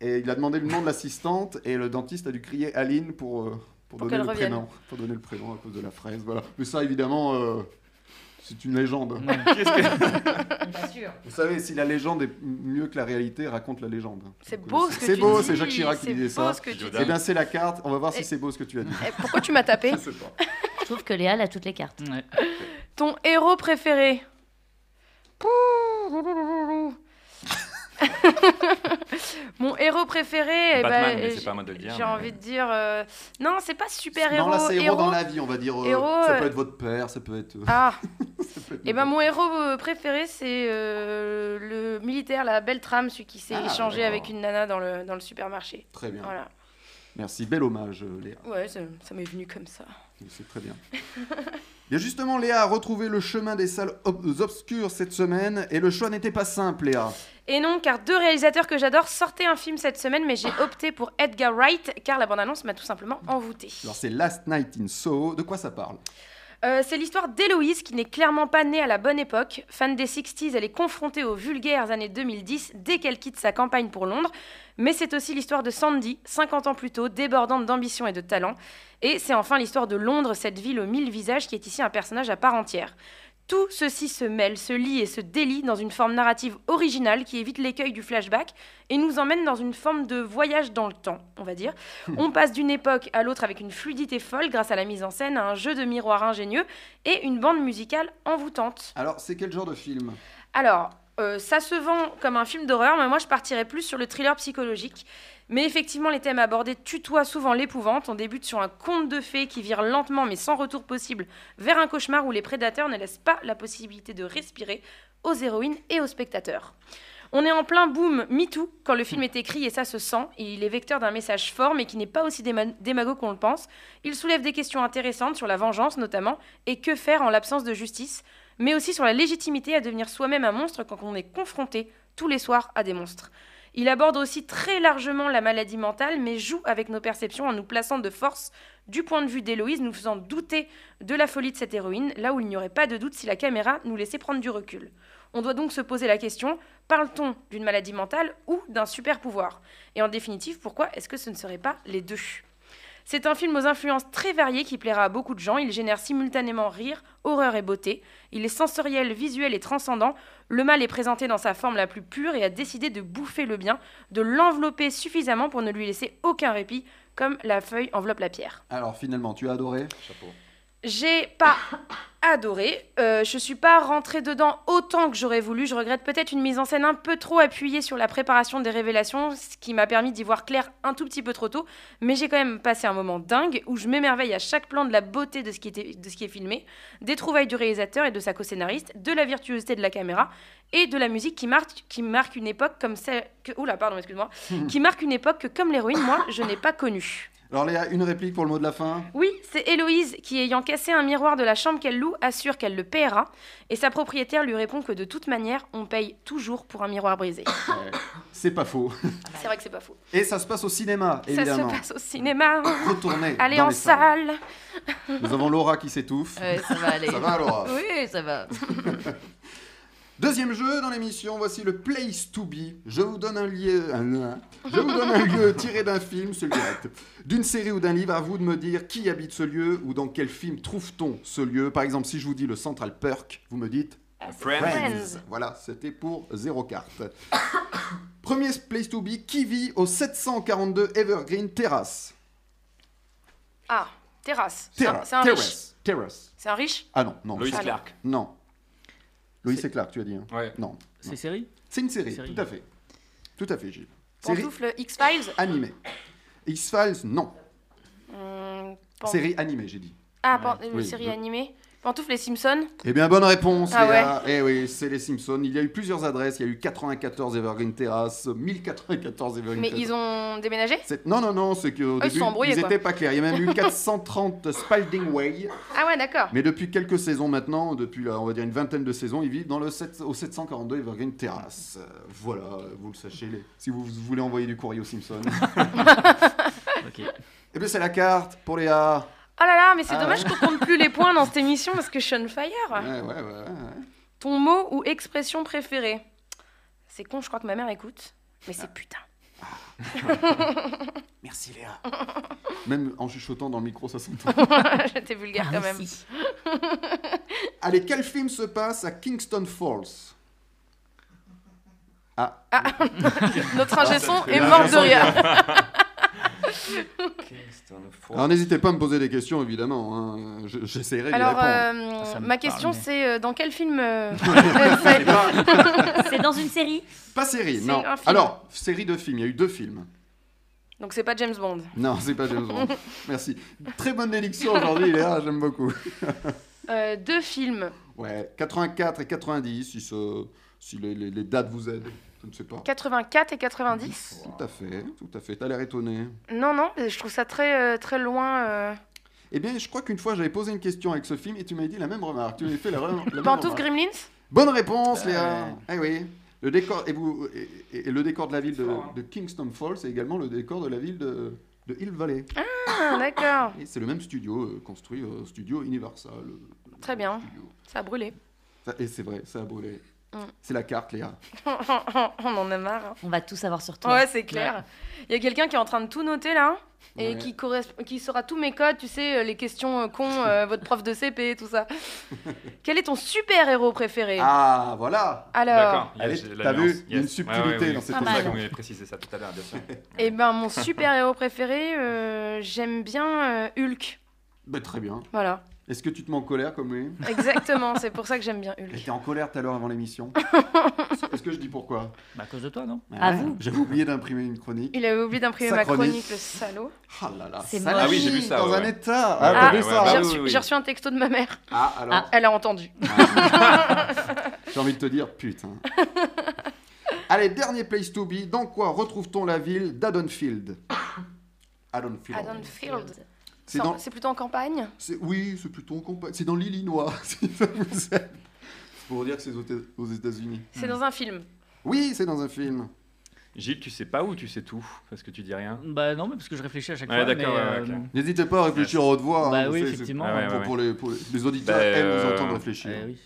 [SPEAKER 2] et il a demandé le nom de l'assistante et le dentiste a dû crier Aline pour, euh, pour, donner
[SPEAKER 6] qu'elle
[SPEAKER 2] le
[SPEAKER 6] revienne.
[SPEAKER 2] prénom, pour donner le prénom à cause de la fraise. Voilà. Mais ça évidemment euh, c'est une légende.
[SPEAKER 4] Pas sûr.
[SPEAKER 2] Vous savez si la légende est mieux que la réalité raconte la légende.
[SPEAKER 6] C'est
[SPEAKER 2] Vous
[SPEAKER 6] beau
[SPEAKER 2] connaissez.
[SPEAKER 6] ce que tu
[SPEAKER 2] C'est beau,
[SPEAKER 6] dis,
[SPEAKER 2] c'est Jacques Chirac qui
[SPEAKER 6] c'est
[SPEAKER 2] disait
[SPEAKER 6] beau
[SPEAKER 2] ça.
[SPEAKER 6] ce que tu
[SPEAKER 3] Jodan.
[SPEAKER 2] Eh bien c'est la carte. On va voir si
[SPEAKER 6] Et-
[SPEAKER 2] c'est beau ce que tu as dit.
[SPEAKER 6] dis. Eh, Pourquoi tu m'as tapé
[SPEAKER 2] Je sais Ah, pas.
[SPEAKER 4] Je trouve que Léa a toutes les cartes.
[SPEAKER 5] Ouais.
[SPEAKER 6] Ton héros préféré Mon héros préféré, eh ben,
[SPEAKER 3] Batman, mais c'est
[SPEAKER 6] j'ai-
[SPEAKER 3] pas à moi de hein. le dire,
[SPEAKER 6] J'ai
[SPEAKER 3] mais-
[SPEAKER 6] envie de dire. euh, Non, c'est pas super héros.
[SPEAKER 2] non là c'est héros, dans la vie on va dire. euh,
[SPEAKER 6] héros,
[SPEAKER 2] ça
[SPEAKER 6] euh,
[SPEAKER 2] peut être votre père, ça peut être. euh,
[SPEAKER 6] Ah,
[SPEAKER 2] ça peut être
[SPEAKER 6] eh ben mon héros euh, préféré, c'est euh, le militaire, la belle trame, celui qui s'est
[SPEAKER 2] Ah,
[SPEAKER 6] échangé
[SPEAKER 2] d'accord.
[SPEAKER 6] avec une nana dans le, dans le supermarché.
[SPEAKER 2] Très bien.
[SPEAKER 6] Voilà.
[SPEAKER 2] Merci, bel hommage euh, Léa.
[SPEAKER 6] Ouais, ça, ça m'est venu comme ça.
[SPEAKER 2] C'est très bien. Bien justement, Léa a retrouvé le chemin des salles ob- euh, obscures cette semaine et le choix n'était pas simple, Léa.
[SPEAKER 6] Et non, car deux réalisateurs que j'adore sortaient un film cette semaine, mais j'ai opté pour Edgar Wright, car la bande-annonce m'a tout simplement envoûtée.
[SPEAKER 2] Alors c'est Last Night in Soho, de quoi ça parle
[SPEAKER 6] Euh, c'est l'histoire d'Héloïse qui n'est clairement pas née à la bonne époque. Fan des 60s, elle est confrontée aux vulgaires années 2010 dès qu'elle quitte sa campagne pour Londres. Mais c'est aussi l'histoire de Sandy, 50 ans plus tôt, débordante d'ambition et de talent. Et c'est enfin l'histoire de Londres, cette ville aux mille visages qui est ici un personnage à part entière. Tout ceci se mêle, se lie et se délie dans une forme narrative originale qui évite l'écueil du flashback et nous emmène dans une forme de voyage dans le temps, on va dire. On passe d'une époque à l'autre avec une fluidité folle grâce à la mise en scène, à un jeu de miroir ingénieux et une bande musicale envoûtante.
[SPEAKER 2] Alors c'est quel genre de film
[SPEAKER 6] Alors, euh, ça se vend comme un film d'horreur, mais moi je partirais plus sur le thriller psychologique. Mais effectivement, les thèmes abordés tutoient souvent l'épouvante. On débute sur un conte de fées qui vire lentement mais sans retour possible vers un cauchemar où les prédateurs ne laissent pas la possibilité de respirer aux héroïnes et aux spectateurs. On est en plein boom MeToo quand le film est écrit et ça se sent. Et il est vecteur d'un message fort mais qui n'est pas aussi déma- démago qu'on le pense. Il soulève des questions intéressantes sur la vengeance notamment et que faire en l'absence de justice, mais aussi sur la légitimité à devenir soi-même un monstre quand on est confronté tous les soirs à des monstres. Il aborde aussi très largement la maladie mentale mais joue avec nos perceptions en nous plaçant de force du point de vue d'Héloïse, nous faisant douter de la folie de cette héroïne, là où il n'y aurait pas de doute si la caméra nous laissait prendre du recul. On doit donc se poser la question, parle-t-on d'une maladie mentale ou d'un super pouvoir Et en définitive, pourquoi est-ce que ce ne serait pas les deux C'est un film aux influences très variées qui plaira à beaucoup de gens. Il génère simultanément rire, horreur et beauté. Il est sensoriel, visuel et transcendant. Le mal est présenté dans sa forme la plus pure et a décidé de bouffer le bien, de l'envelopper suffisamment pour ne lui laisser aucun répit, comme la feuille enveloppe la pierre.
[SPEAKER 2] Alors finalement, tu as adoré
[SPEAKER 3] Chapeau.
[SPEAKER 6] J'ai pas adoré. Euh, je suis pas rentrée dedans autant que j'aurais voulu. Je regrette peut-être une mise en scène un peu trop appuyée sur la préparation des révélations, ce qui m'a permis d'y voir clair un tout petit peu trop tôt. Mais j'ai quand même passé un moment dingue où je m'émerveille à chaque plan de la beauté de ce qui, était, de ce qui est filmé, des trouvailles du réalisateur et de sa co-scénariste, de la virtuosité de la caméra et de la musique qui marque, qui marque une époque comme celle que, oula, pardon, excuse-moi, qui marque une époque que comme l'héroïne, moi, je n'ai pas connue.
[SPEAKER 2] Alors Léa, une réplique pour le mot de la fin
[SPEAKER 6] Oui, c'est Héloïse qui, ayant cassé un miroir de la chambre qu'elle loue, assure qu'elle le paiera. Et sa propriétaire lui répond que de toute manière, on paye toujours pour un miroir brisé.
[SPEAKER 2] Ouais. C'est pas faux.
[SPEAKER 6] C'est vrai que c'est pas faux.
[SPEAKER 2] Et ça se passe au cinéma, évidemment.
[SPEAKER 6] Ça se passe au cinéma.
[SPEAKER 2] Retournez
[SPEAKER 6] Allez
[SPEAKER 2] dans
[SPEAKER 6] en
[SPEAKER 2] les salles.
[SPEAKER 6] salle. Euh,
[SPEAKER 2] Nous avons Laura qui s'étouffe.
[SPEAKER 4] Ouais, ça va aller.
[SPEAKER 2] Ça va Laura
[SPEAKER 4] Oui, ça va.
[SPEAKER 2] Deuxième jeu dans l'émission, voici le Place to Be. Je vous donne un lieu, un- je vous donne un lieu tiré d'un film, c'est le direct, d'une série ou d'un livre. À vous de me dire qui habite ce lieu ou dans quel film trouve-t-on ce lieu. Par exemple, si je vous dis le Central Perk, vous me dites
[SPEAKER 3] Friends.
[SPEAKER 6] Friends.
[SPEAKER 2] Voilà, c'était pour zéro carte. Premier Place to Be, qui vit au 742 Evergreen Terrace.
[SPEAKER 6] Ah, terrasse. C'est un-
[SPEAKER 2] Terrace.
[SPEAKER 6] C'est un riche.
[SPEAKER 2] Terrace. Terrace.
[SPEAKER 6] C'est un riche
[SPEAKER 2] Ah non, non,
[SPEAKER 3] Lois
[SPEAKER 6] Alors.
[SPEAKER 3] Clark.
[SPEAKER 2] non. Loïs et Clark, tu as dit. hein.
[SPEAKER 3] Ouais.
[SPEAKER 2] Non.
[SPEAKER 5] C'est série
[SPEAKER 2] C'est une série,
[SPEAKER 5] Série.
[SPEAKER 2] tout à fait. Tout à fait, Gilles. Série
[SPEAKER 6] Pantoufle X-Files
[SPEAKER 2] animée. X-Files, non.
[SPEAKER 6] Hum, pan-
[SPEAKER 2] Série animée, j'ai dit.
[SPEAKER 6] Ah, pan- une
[SPEAKER 2] Oui,
[SPEAKER 6] série
[SPEAKER 2] je-
[SPEAKER 6] animée Pantoufle les Simpsons
[SPEAKER 2] Eh bien, bonne réponse,
[SPEAKER 6] Ah
[SPEAKER 2] Léa. Eh oui, c'est les Simpsons. Il y a eu plusieurs adresses. Il y a eu 94 Evergreen Terrace, 1094 Evergreen
[SPEAKER 6] Mais
[SPEAKER 2] Terrace.
[SPEAKER 6] ils ont déménagé
[SPEAKER 2] C'est- Non, non, non, c'est qu'au
[SPEAKER 6] Ah, ils se
[SPEAKER 2] début,
[SPEAKER 6] sont embrouillés,
[SPEAKER 2] ils
[SPEAKER 6] quoi.
[SPEAKER 2] n'étaient pas clairs. Il y a même eu 430 Spalding Way.
[SPEAKER 6] Ah ouais, d'accord.
[SPEAKER 2] Mais depuis quelques saisons maintenant, depuis là, on va dire une vingtaine de saisons, ils vivent dans le 7 au 742 Evergreen Terrace. Euh, voilà, vous le sachez, les- si vous voulez envoyer du courrier aux Simpsons.
[SPEAKER 5] Ok.
[SPEAKER 2] Eh bien, c'est la carte pour Léa.
[SPEAKER 6] Oh là là, mais c'est
[SPEAKER 2] Ah
[SPEAKER 6] dommage qu'on compte plus les points dans cette émission parce que je suis on fire.
[SPEAKER 2] Ouais, ouais, ouais, ouais, ouais.
[SPEAKER 6] Ton mot ou expression préférée C'est con, je crois que ma mère écoute. Mais
[SPEAKER 3] Ah.
[SPEAKER 6] c'est putain.
[SPEAKER 1] Merci Léa.
[SPEAKER 2] Même en chuchotant dans le micro, ça s'entend.
[SPEAKER 6] Ah, J'étais
[SPEAKER 5] Ah,
[SPEAKER 6] vulgaire quand même.
[SPEAKER 2] Allez, quel film se passe à Kingston Falls
[SPEAKER 6] Ah, Notre ingé son
[SPEAKER 3] Ah,
[SPEAKER 6] est
[SPEAKER 3] la
[SPEAKER 6] mort de
[SPEAKER 3] chanson,
[SPEAKER 6] rire.
[SPEAKER 3] Kingston Falls.
[SPEAKER 2] Alors, n'hésitez pas à me poser des questions, évidemment. hein. Je- J'essaierai d'y
[SPEAKER 6] Alors,
[SPEAKER 2] répondre.
[SPEAKER 6] euh,
[SPEAKER 5] Ça me
[SPEAKER 6] ma
[SPEAKER 5] parle,
[SPEAKER 6] question,
[SPEAKER 5] mais-
[SPEAKER 6] c'est euh, dans quel film euh,
[SPEAKER 3] C'est pas-
[SPEAKER 4] C'est dans une série
[SPEAKER 2] Pas série,
[SPEAKER 6] c'est
[SPEAKER 2] non.
[SPEAKER 6] un film.
[SPEAKER 2] Alors, série de films, il y a eu deux films.
[SPEAKER 6] Donc, c'est pas James Bond.
[SPEAKER 2] Non, c'est pas James Bond. Merci. Très bonne élection aujourd'hui, Léa, j'aime beaucoup.
[SPEAKER 6] Euh, deux films.
[SPEAKER 2] Ouais, 84 et 90, si, ce- si les, les- les dates vous aident. Je ne sais pas.
[SPEAKER 6] 84 et 90
[SPEAKER 2] Tout à fait, tout à fait. T'as l'air étonné.
[SPEAKER 6] Non, non, je trouve ça très, euh, très loin. euh.
[SPEAKER 2] Eh bien, je crois qu'une fois, j'avais posé une question avec ce film et tu m'avais dit la même remarque. Tu avais fait la, re- la même
[SPEAKER 6] Pantoufle
[SPEAKER 2] remarque.
[SPEAKER 6] Gremlins
[SPEAKER 2] Bonne réponse, Léa.
[SPEAKER 3] Ouais.
[SPEAKER 2] Eh oui. Le décor, et vous, et, et- et le décor de la ville de,
[SPEAKER 3] Fort, hein.
[SPEAKER 2] de Kingston Falls est également le décor de la ville de, de Hill Valley.
[SPEAKER 6] Ah, d'accord.
[SPEAKER 2] Et c'est le même studio euh, construit, euh, studio Universal. euh,
[SPEAKER 6] Très bien.
[SPEAKER 2] studio.
[SPEAKER 6] Ça a brûlé.
[SPEAKER 2] Ça- et c'est vrai, ça a brûlé.
[SPEAKER 6] Mm.
[SPEAKER 2] C'est la carte, Léa.
[SPEAKER 6] On en a marre. hein.
[SPEAKER 4] On va tout savoir sur toi.
[SPEAKER 6] Ouais, c'est clair. Il y a quelqu'un qui est en train de tout noter là et
[SPEAKER 2] Ouais.
[SPEAKER 6] qui, corresp- qui saura tous mes codes, tu sais, euh, les questions euh, cons, euh, votre prof de CP, tout ça. Quel est ton super-héros préféré
[SPEAKER 2] Ah, voilà
[SPEAKER 6] Alors,
[SPEAKER 3] D'accord. il y a
[SPEAKER 2] Allez,
[SPEAKER 3] la
[SPEAKER 2] t'as
[SPEAKER 3] nuance.
[SPEAKER 2] vu, il y a une subtilité
[SPEAKER 3] oui,
[SPEAKER 2] dans
[SPEAKER 3] C'est
[SPEAKER 2] cette
[SPEAKER 3] pour ça
[SPEAKER 4] question.
[SPEAKER 3] que vous avez précisé ça tout à l'heure, bien sûr.
[SPEAKER 6] eh ben, mon super-héros préféré, euh, j'aime bien euh, Hulk.
[SPEAKER 2] Bah, Très bien.
[SPEAKER 6] Voilà,
[SPEAKER 2] Est-ce que tu te mets en colère comme lui
[SPEAKER 6] exactement, c'est pour ça que j'aime bien
[SPEAKER 2] Elle
[SPEAKER 6] Hulk.
[SPEAKER 2] était en colère tout à l'heure avant l'émission. Est-ce que je dis pourquoi Ah,
[SPEAKER 5] Bah, à cause de toi, non
[SPEAKER 4] À vous.
[SPEAKER 2] J'avais oublié d'imprimer une chronique.
[SPEAKER 6] Il avait oublié d'imprimer
[SPEAKER 2] Sa
[SPEAKER 6] ma
[SPEAKER 2] chronique.
[SPEAKER 6] chronique, le salaud.
[SPEAKER 2] Ah là là,
[SPEAKER 4] C'est
[SPEAKER 2] ça
[SPEAKER 4] moche.
[SPEAKER 2] l'a
[SPEAKER 4] Ah oui, j'ai
[SPEAKER 2] mis
[SPEAKER 3] vu ça,
[SPEAKER 2] Dans
[SPEAKER 3] ouais,
[SPEAKER 2] un
[SPEAKER 3] ouais.
[SPEAKER 2] état.
[SPEAKER 3] Ouais,
[SPEAKER 2] Ah, t'as
[SPEAKER 3] ouais,
[SPEAKER 2] vu
[SPEAKER 3] ouais,
[SPEAKER 2] ça
[SPEAKER 3] ouais.
[SPEAKER 6] J'ai
[SPEAKER 3] Ah oui,
[SPEAKER 6] reçu,
[SPEAKER 3] oui.
[SPEAKER 6] j'ai reçu un texto de ma mère.
[SPEAKER 2] Ah, alors,
[SPEAKER 6] Elle a entendu.
[SPEAKER 4] Ah.
[SPEAKER 2] j'ai envie de te dire, putain. Allez, dernier place to be. Dans quoi retrouve-t-on la ville d'Adonfield Adonfield.
[SPEAKER 6] Haddonfield.
[SPEAKER 2] C'est
[SPEAKER 6] C'est en-
[SPEAKER 2] dans...
[SPEAKER 6] c'est plutôt en campagne
[SPEAKER 2] c'est- Oui, c'est plutôt en campagne. C'est dans l'Illinois, si ça vous aide. Pour dire que c'est aux Éta- aux États-Unis.
[SPEAKER 6] C'est dans un film.
[SPEAKER 2] Oui, c'est dans un film.
[SPEAKER 3] Gilles, tu sais pas où tu sais tout, parce que tu dis rien.
[SPEAKER 5] Bah, non, mais parce que je réfléchis à chaque
[SPEAKER 3] Ouais,
[SPEAKER 5] fois.
[SPEAKER 3] d'accord,
[SPEAKER 5] mais,
[SPEAKER 3] ouais, ouais,
[SPEAKER 5] euh,
[SPEAKER 3] ok.
[SPEAKER 2] N'hésitez pas à réfléchir à haute voix.
[SPEAKER 5] Bah
[SPEAKER 2] hein,
[SPEAKER 5] oui,
[SPEAKER 2] c'est- c'est-
[SPEAKER 5] effectivement.
[SPEAKER 3] Ah ouais,
[SPEAKER 2] Pour, pour les, pour les- les auditeurs
[SPEAKER 3] Bah,
[SPEAKER 2] aiment nous
[SPEAKER 3] euh,
[SPEAKER 2] entendre
[SPEAKER 5] Eh
[SPEAKER 2] réfléchir.
[SPEAKER 5] oui.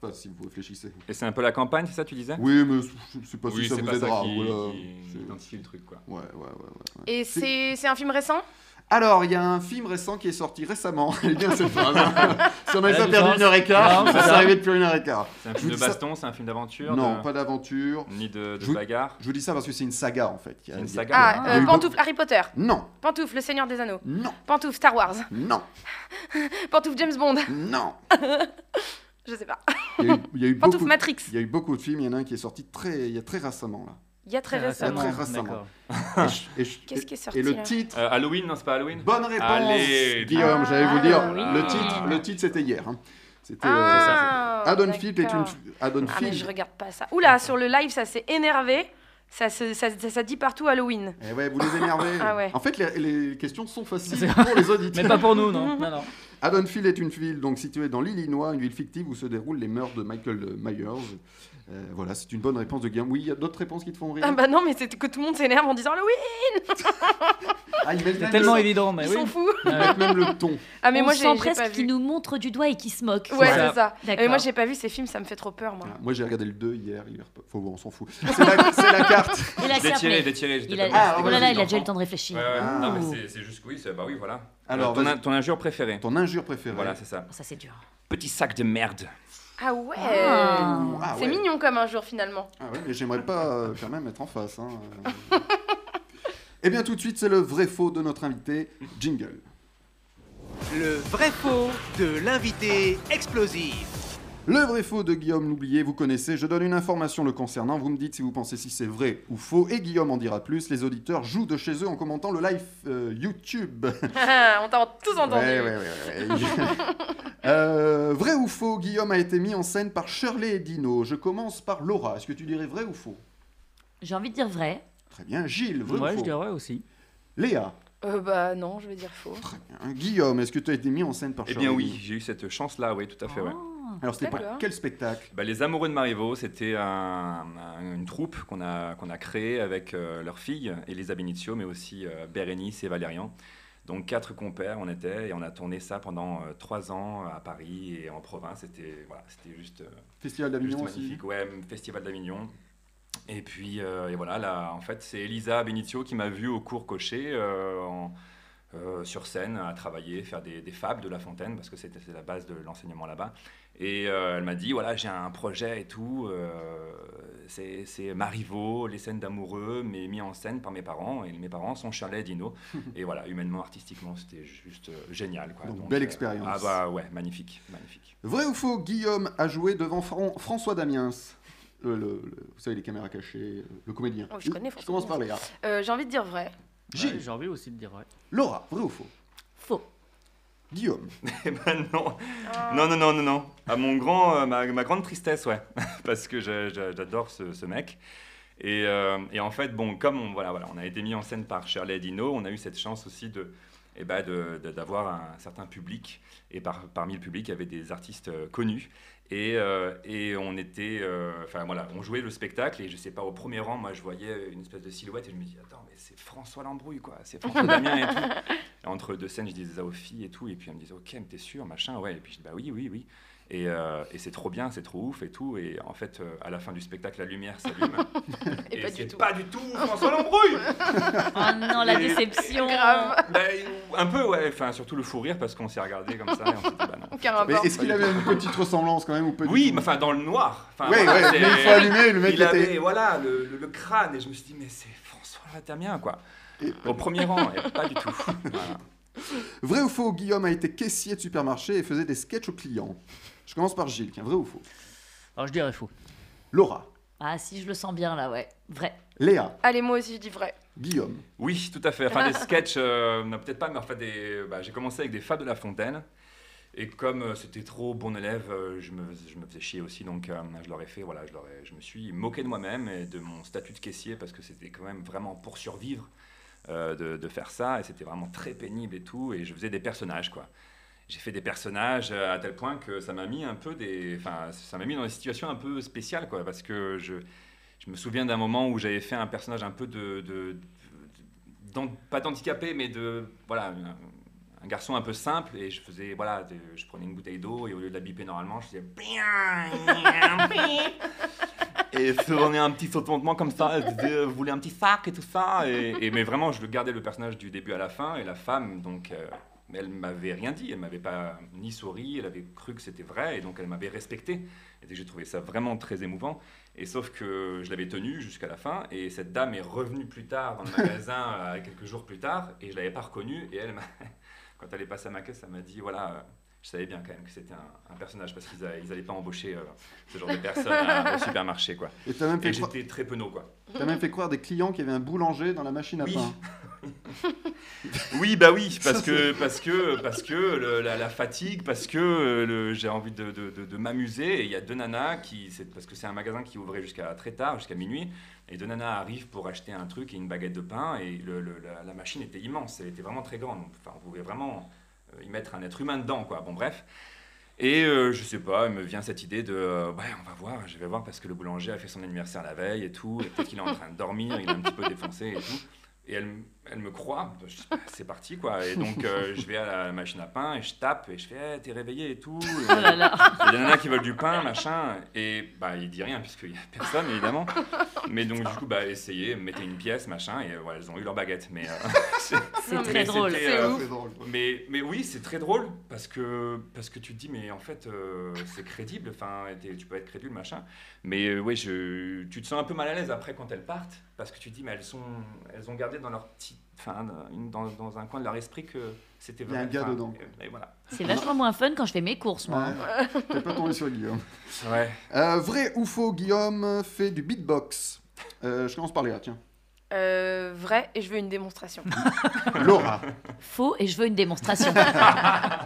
[SPEAKER 2] Pas si vous réfléchissez.
[SPEAKER 3] Et c'est un peu la campagne, c'est ça, tu disais
[SPEAKER 2] Oui, mais je sais pas si ça
[SPEAKER 3] c'est
[SPEAKER 2] vous
[SPEAKER 3] pas
[SPEAKER 2] aidera.
[SPEAKER 3] ça qui,
[SPEAKER 2] voilà.
[SPEAKER 3] qui
[SPEAKER 2] C'est-
[SPEAKER 3] identifie le truc, quoi.
[SPEAKER 2] Ouais, ouais, ouais, ouais.
[SPEAKER 6] Et c'est c'est un film récent
[SPEAKER 2] Alors, il y a un film récent qui est sorti récemment. Elle est bien cette phrase. hein. si on avait
[SPEAKER 5] Elle a
[SPEAKER 2] ça
[SPEAKER 5] du
[SPEAKER 2] perdu
[SPEAKER 5] sens.
[SPEAKER 2] une heure et quart,
[SPEAKER 5] Non,
[SPEAKER 2] ça
[SPEAKER 5] c'est
[SPEAKER 2] s'est
[SPEAKER 5] ça.
[SPEAKER 2] arrivé depuis une heure et quart.
[SPEAKER 3] C'est un
[SPEAKER 2] Je vous
[SPEAKER 3] film de
[SPEAKER 2] dis ça-
[SPEAKER 3] baston, c'est un film d'aventure
[SPEAKER 2] Non,
[SPEAKER 3] de-
[SPEAKER 2] pas d'aventure.
[SPEAKER 3] Ni de, de
[SPEAKER 2] Je vous-
[SPEAKER 3] bagarre.
[SPEAKER 2] Je vous dis ça parce que c'est une saga en fait. Il y a-
[SPEAKER 3] C'est une
[SPEAKER 2] il y a-
[SPEAKER 3] saga.
[SPEAKER 6] Ah,
[SPEAKER 5] Ah,
[SPEAKER 6] euh,
[SPEAKER 2] oui.
[SPEAKER 6] pantoufle Harry Potter,
[SPEAKER 2] Non,
[SPEAKER 6] pantoufle Le Seigneur des Anneaux,
[SPEAKER 2] non,
[SPEAKER 6] pantoufle Star Wars,
[SPEAKER 2] non,
[SPEAKER 6] pantoufle James Bond,
[SPEAKER 2] non.
[SPEAKER 6] je sais pas,
[SPEAKER 2] Il y a eu, il y a eu
[SPEAKER 6] pantoufle
[SPEAKER 2] beaucoup.
[SPEAKER 6] Matrix.
[SPEAKER 2] Il y a eu beaucoup de films. Il y en a un qui est sorti très, il y a très récemment là.
[SPEAKER 6] Il y a très
[SPEAKER 2] Très
[SPEAKER 6] récemment.
[SPEAKER 2] récemment.
[SPEAKER 5] D'accord. Ah.
[SPEAKER 2] Et je- et je-
[SPEAKER 6] Qu'est-ce qui est sorti
[SPEAKER 2] et le
[SPEAKER 6] là
[SPEAKER 2] titre
[SPEAKER 3] Euh, Halloween, non, c'est pas Halloween
[SPEAKER 2] Bonne réponse,
[SPEAKER 3] Allez,
[SPEAKER 2] Guillaume.
[SPEAKER 6] putain.
[SPEAKER 2] J'allais vous dire,
[SPEAKER 6] Ah,
[SPEAKER 2] le
[SPEAKER 3] oui.
[SPEAKER 2] titre, le titre, c'était hier. hein. C'était.
[SPEAKER 6] Ah,
[SPEAKER 2] Adonfield est une.
[SPEAKER 6] d'accord. Ah, mais
[SPEAKER 2] Adonfield.
[SPEAKER 6] je regarde pas ça. Oula, sur le live, ça s'est énervé. Ça, se- ça, ça- ça dit partout Halloween.
[SPEAKER 2] Eh ouais, vous les énervez.
[SPEAKER 6] Ah ouais.
[SPEAKER 2] En fait, les, les questions sont faciles
[SPEAKER 5] C'est-
[SPEAKER 2] pour les
[SPEAKER 5] Mais pas
[SPEAKER 2] auditeurs.
[SPEAKER 5] pour nous, non. non, non.
[SPEAKER 2] Haddonfield est une ville donc située dans l'Illinois, une ville fictive où se déroulent les meurtres de Michael euh, Myers. Euh, voilà, c'est une bonne réponse de Guillaume. Oui, il y a d'autres réponses qui te font rire.
[SPEAKER 6] Ah bah non, mais c'est que tout le monde s'énerve en disant Halloween,
[SPEAKER 2] Ah, ils mettent
[SPEAKER 5] C'est
[SPEAKER 2] même
[SPEAKER 5] tellement
[SPEAKER 2] le-
[SPEAKER 5] évident, mais
[SPEAKER 6] ils
[SPEAKER 5] oui.
[SPEAKER 6] sont fous.
[SPEAKER 2] ils
[SPEAKER 5] Ouais.
[SPEAKER 2] mettent même le ton.
[SPEAKER 6] Ah mais
[SPEAKER 4] On
[SPEAKER 6] moi, j'ai
[SPEAKER 4] sent
[SPEAKER 6] j'ai pas
[SPEAKER 4] presque
[SPEAKER 6] vu.
[SPEAKER 4] qu'il nous montre du doigt et qu'il se moque.
[SPEAKER 6] Ouais,
[SPEAKER 5] Ouais.
[SPEAKER 6] c'est ça. Ah, Mais
[SPEAKER 4] D'accord.
[SPEAKER 6] moi, j'ai pas vu ces films, ça me fait trop peur, moi.
[SPEAKER 2] Ah, moi, j'ai regardé le 2 hier. il est rep- Faut voir, on s'en fout. C'est la, c'est la carte.
[SPEAKER 4] Il a
[SPEAKER 3] Détiré,
[SPEAKER 4] serpé.
[SPEAKER 3] détiré, j'étais
[SPEAKER 4] Il
[SPEAKER 3] pas
[SPEAKER 4] a-
[SPEAKER 3] bon,
[SPEAKER 2] Ah,
[SPEAKER 3] c'était
[SPEAKER 4] Oh là là, il a Oh.
[SPEAKER 3] l'enfant.
[SPEAKER 4] déjà eu le temps de réfléchir.
[SPEAKER 3] Ouais, ouais,
[SPEAKER 2] Ah.
[SPEAKER 3] non, mais c'est- c'est juste que oui, c'est- bah oui, voilà.
[SPEAKER 2] Alors,
[SPEAKER 3] Alors, ton,
[SPEAKER 2] vas-y.
[SPEAKER 3] in- ton injure préférée.
[SPEAKER 2] Ton injure préférée.
[SPEAKER 3] Voilà, c'est ça.
[SPEAKER 4] Ah, Ça, c'est dur.
[SPEAKER 3] Petit sac de merde.
[SPEAKER 6] Ah ouais
[SPEAKER 4] Ah.
[SPEAKER 2] Ah,
[SPEAKER 6] C'est
[SPEAKER 2] ouais.
[SPEAKER 6] mignon comme un jour, finalement.
[SPEAKER 2] Ah ouais, mais j'aimerais pas euh, quand même être en face. hein. Euh. Eh bien, tout de suite, c'est le vrai faux de notre invité, Jingle.
[SPEAKER 1] Le vrai faux de l'invité explosif.
[SPEAKER 2] Le vrai faux de Guillaume L'Oublié, vous connaissez, je donne une information le concernant, vous me dites si vous pensez si c'est vrai ou faux, et Guillaume en dira plus, les auditeurs jouent de chez eux en commentant le live euh, YouTube.
[SPEAKER 6] On t'a tous entendu.
[SPEAKER 2] Ouais, ouais, ouais, ouais, ouais. Euh, vrai ou faux, Guillaume a été mis en scène par Shirley et Dino. Je commence par Laura. Est-ce que tu dirais vrai ou faux
[SPEAKER 4] J'ai envie de dire vrai.
[SPEAKER 2] Très bien. Gilles, vrai
[SPEAKER 5] Ouais,
[SPEAKER 2] ou
[SPEAKER 5] je
[SPEAKER 2] faux
[SPEAKER 5] dirais aussi.
[SPEAKER 2] Léa,
[SPEAKER 6] Euh, bah non, je vais dire faux.
[SPEAKER 2] très bien. Guillaume, est-ce que tu as été mis en scène par
[SPEAKER 3] Eh
[SPEAKER 2] Shirley
[SPEAKER 3] bien
[SPEAKER 2] et
[SPEAKER 3] oui,
[SPEAKER 2] Dino
[SPEAKER 3] j'ai eu cette chance-là, oui, tout à fait, ouais.
[SPEAKER 4] Ah.
[SPEAKER 2] Alors c'était pas
[SPEAKER 6] D'accord.
[SPEAKER 2] quel spectacle
[SPEAKER 3] Bah, les Amoureux de Marivaux, c'était un- un- une troupe qu'on a, qu'on a créée avec euh, leurs filles, Elisa Benicio, mais aussi euh, Bérénice et Valérian. Donc quatre compères on était, et on a tourné ça pendant euh, trois ans à Paris et en province. C'était voilà, c'était juste, euh,
[SPEAKER 2] Festival
[SPEAKER 3] juste
[SPEAKER 2] d'Avignon aussi.
[SPEAKER 3] magnifique, ouais, mm, Festival d'Avignon. Et puis euh, et voilà, là, en fait, c'est Elisa Benicio qui m'a vu au cours cocher euh, en- euh, sur scène à travailler, faire des, des fables de La Fontaine, parce que c'était c'est la base de l'enseignement là-bas. Et euh, elle m'a dit, voilà, j'ai un projet et tout. euh, c'est c'est Marivaux, les scènes d'amoureux, mais mis en scène par mes parents. Et mes parents sont Shirley et Dino. et voilà, humainement, artistiquement, c'était juste euh, génial. Quoi.
[SPEAKER 2] Donc, belle
[SPEAKER 3] euh,
[SPEAKER 2] expérience.
[SPEAKER 3] Ah bah ouais, magnifique, magnifique.
[SPEAKER 2] Vrai ou faux, Guillaume a joué devant Fran- François Damiens Euh, Le- le- le- vous savez, les caméras cachées, le comédien.
[SPEAKER 6] Oh, je connais
[SPEAKER 2] Je
[SPEAKER 6] François
[SPEAKER 2] commence par Léa.
[SPEAKER 6] Euh, j'ai envie de dire vrai.
[SPEAKER 5] Ouais,
[SPEAKER 2] Gilles,
[SPEAKER 5] J'ai envie aussi de dire vrai.
[SPEAKER 2] Laura, vrai ou faux
[SPEAKER 4] Faux.
[SPEAKER 2] Guillaume,
[SPEAKER 3] Eh ben non, non, non, non, non, non. À mon grand, euh, ma, ma grande tristesse, ouais, parce que j'a- j'a- j'adore ce, ce mec. Et, euh, et en fait, bon, comme on, voilà, voilà, on a été mis en scène par Shirley et Dino, on a eu cette chance aussi de, eh ben, de- de- d'avoir un certain public. Et par- parmi le public, il y avait des artistes euh, connus. Et, euh, et on était, euh, enfin voilà, on jouait le spectacle et je sais pas, au premier rang, moi je voyais une espèce de silhouette et je me dis, attends, mais c'est François Lambrouille quoi, c'est François Damien et tout. Et entre deux scènes, je disais ça aux filles et tout, et puis elles me disaient, ok, mais t'es sûr, machin, ouais, et puis je dis, bah oui, oui, oui. Et, euh, et c'est trop bien, c'est trop ouf et tout. Et en fait, euh, à la fin du spectacle, la lumière s'allume.
[SPEAKER 6] Et pas du
[SPEAKER 3] c'est
[SPEAKER 6] tout.
[SPEAKER 3] Pas du tout, François Lambrouille
[SPEAKER 4] Oh non, la déception.
[SPEAKER 6] Grave.
[SPEAKER 3] Bah, Un peu, ouais, enfin, surtout le fou rire parce qu'on s'est regardé comme ça et on s'est dit, bah non.
[SPEAKER 6] Aucun
[SPEAKER 2] Mais
[SPEAKER 6] rapport.
[SPEAKER 2] est-ce qu'il avait une petite ressemblance quand même ou pas du
[SPEAKER 3] Oui,
[SPEAKER 2] tout
[SPEAKER 3] mais enfin, dans le noir. Enfin,
[SPEAKER 2] Ouais,
[SPEAKER 3] voilà,
[SPEAKER 2] ouais,
[SPEAKER 3] c'est- euh,
[SPEAKER 2] mais il faut allumer, le mec
[SPEAKER 3] il
[SPEAKER 2] était...
[SPEAKER 3] avait, voilà, le, le- le crâne, et je me suis dit, mais c'est François Damien, quoi. Au premier rang, et pas du tout. Voilà.
[SPEAKER 2] Vrai ou faux, Guillaume a été caissier de supermarché et faisait des sketchs aux clients. Je commence par Gilles, tiens, vrai ou faux
[SPEAKER 5] Alors je dirais faux.
[SPEAKER 2] Laura,
[SPEAKER 4] Ah si, je le sens bien là, ouais. Vrai.
[SPEAKER 2] Léa,
[SPEAKER 6] Allez, moi aussi, je dis vrai.
[SPEAKER 2] Guillaume.
[SPEAKER 3] Oui, tout à fait. Enfin, des sketchs, euh, non, peut-être pas, mais enfin, des, bah, j'ai commencé avec des fables de La Fontaine. Et comme euh, c'était trop bon élève, euh, je, me, je me faisais chier aussi, donc euh, je l'aurais fait, voilà, je, leur ai- je me suis moqué de moi-même et de mon statut de caissier, parce que c'était quand même vraiment pour survivre euh, de, de faire ça, et c'était vraiment très pénible et tout, et je faisais des personnages, quoi. J'ai fait des personnages euh, à tel point que ça m'a mis un peu des, enfin, ça m'a mis dans des situations un peu spéciales, quoi, parce que je, je me souviens d'un moment où j'avais fait un personnage un peu de, de- de- d'han- pas d'handicapé, mais de voilà, un, un garçon un peu simple et je faisais voilà, de- je prenais une bouteille d'eau et au lieu de la biper normalement, je faisais et je faisais un petit sautementement comme ça, je disais, vous voulez un petit sac et tout ça et, et- mais vraiment je le gardais le personnage du début à la fin et la femme donc euh, elle m'avait rien dit, elle m'avait pas ni souri, elle avait cru que c'était vrai et donc elle m'avait respecté. Et j'ai trouvé ça vraiment très émouvant. Et sauf que je l'avais tenue jusqu'à la fin, et cette dame est revenue plus tard dans le magasin, euh, quelques jours plus tard, et je l'avais pas reconnue, et elle, m'a- quand elle est passée à ma caisse, elle m'a dit, voilà, euh, je savais bien quand même que c'était un, un personnage, parce qu'ils n'allaient pas embaucher euh, ce genre de personnes à- au supermarché, quoi.
[SPEAKER 2] Et t'as même, fait
[SPEAKER 3] Et
[SPEAKER 2] croire-
[SPEAKER 3] j'étais très penaud, quoi.
[SPEAKER 2] t'as même fait croire des clients qu'il y avait un boulanger dans la machine à
[SPEAKER 3] Oui.
[SPEAKER 2] pain.
[SPEAKER 3] Oui, bah oui, parce
[SPEAKER 2] Ça,
[SPEAKER 3] que, parce que, parce que le- la, la fatigue, parce que euh, le- j'ai envie de, de- de- de m'amuser. Et il y a deux nanas qui, c'est- parce que c'est un magasin qui ouvrait jusqu'à très tard, jusqu'à minuit. Et deux nanas arrivent pour acheter un truc et une baguette de pain. Et le- le- la, la machine était immense, elle était vraiment très grande. Donc, Enfin, on pouvait vraiment euh, y mettre un être humain dedans, quoi. Bon, bref. Et euh, je sais pas, il me vient cette idée de euh, ouais, on va voir, je vais voir parce que le boulanger a fait son anniversaire la veille et tout, et peut-être qu'il est en train de dormir, il est un petit peu défoncé et tout. Et elle, m- elle me croit, je dis, Bah, c'est parti quoi. Et donc euh, je vais à la machine à pain et je tape et je fais, Eh, t'es réveillé et tout. Et,
[SPEAKER 4] Oh là là.
[SPEAKER 3] il y a des nanas qui veulent du pain, machin, et bah il dit rien puisqu'il n'y a personne évidemment. Mais donc du coup bah essayez, mettez une pièce, machin, et euh, voilà, elles ont eu leur baguette. Mais euh, c'est-
[SPEAKER 4] C'est
[SPEAKER 3] mais
[SPEAKER 4] très drôle.
[SPEAKER 3] c'était,
[SPEAKER 6] C'est
[SPEAKER 3] euh,
[SPEAKER 6] ouf.
[SPEAKER 2] C'est drôle.
[SPEAKER 3] mais, mais oui, c'est très drôle parce que, parce que tu te dis, mais en fait, euh, c'est crédible, enfin, t'es- tu peux être crédule, machin. Mais euh, ouais, je, tu te sens un peu mal à l'aise après quand elles partent parce que tu te dis, mais elles, sont, elles ont gardé dans leur petit petite, enfin, une- dans, dans un coin de leur esprit que c'était
[SPEAKER 2] Il y a un
[SPEAKER 3] vrai,
[SPEAKER 2] gars
[SPEAKER 3] enfin,
[SPEAKER 2] dedans.
[SPEAKER 3] Et, et voilà.
[SPEAKER 4] C'est vachement moins fun quand je fais mes courses, moi. hein.
[SPEAKER 2] Ouais. T'es pas tombé sur Guillaume.
[SPEAKER 3] Ouais.
[SPEAKER 2] Euh, vrai ou faux, Guillaume fait du beatbox. Euh, je commence par Léa, tiens.
[SPEAKER 6] Euh, vrai, et je veux une démonstration.
[SPEAKER 2] Laura,
[SPEAKER 4] Faux et je veux une démonstration.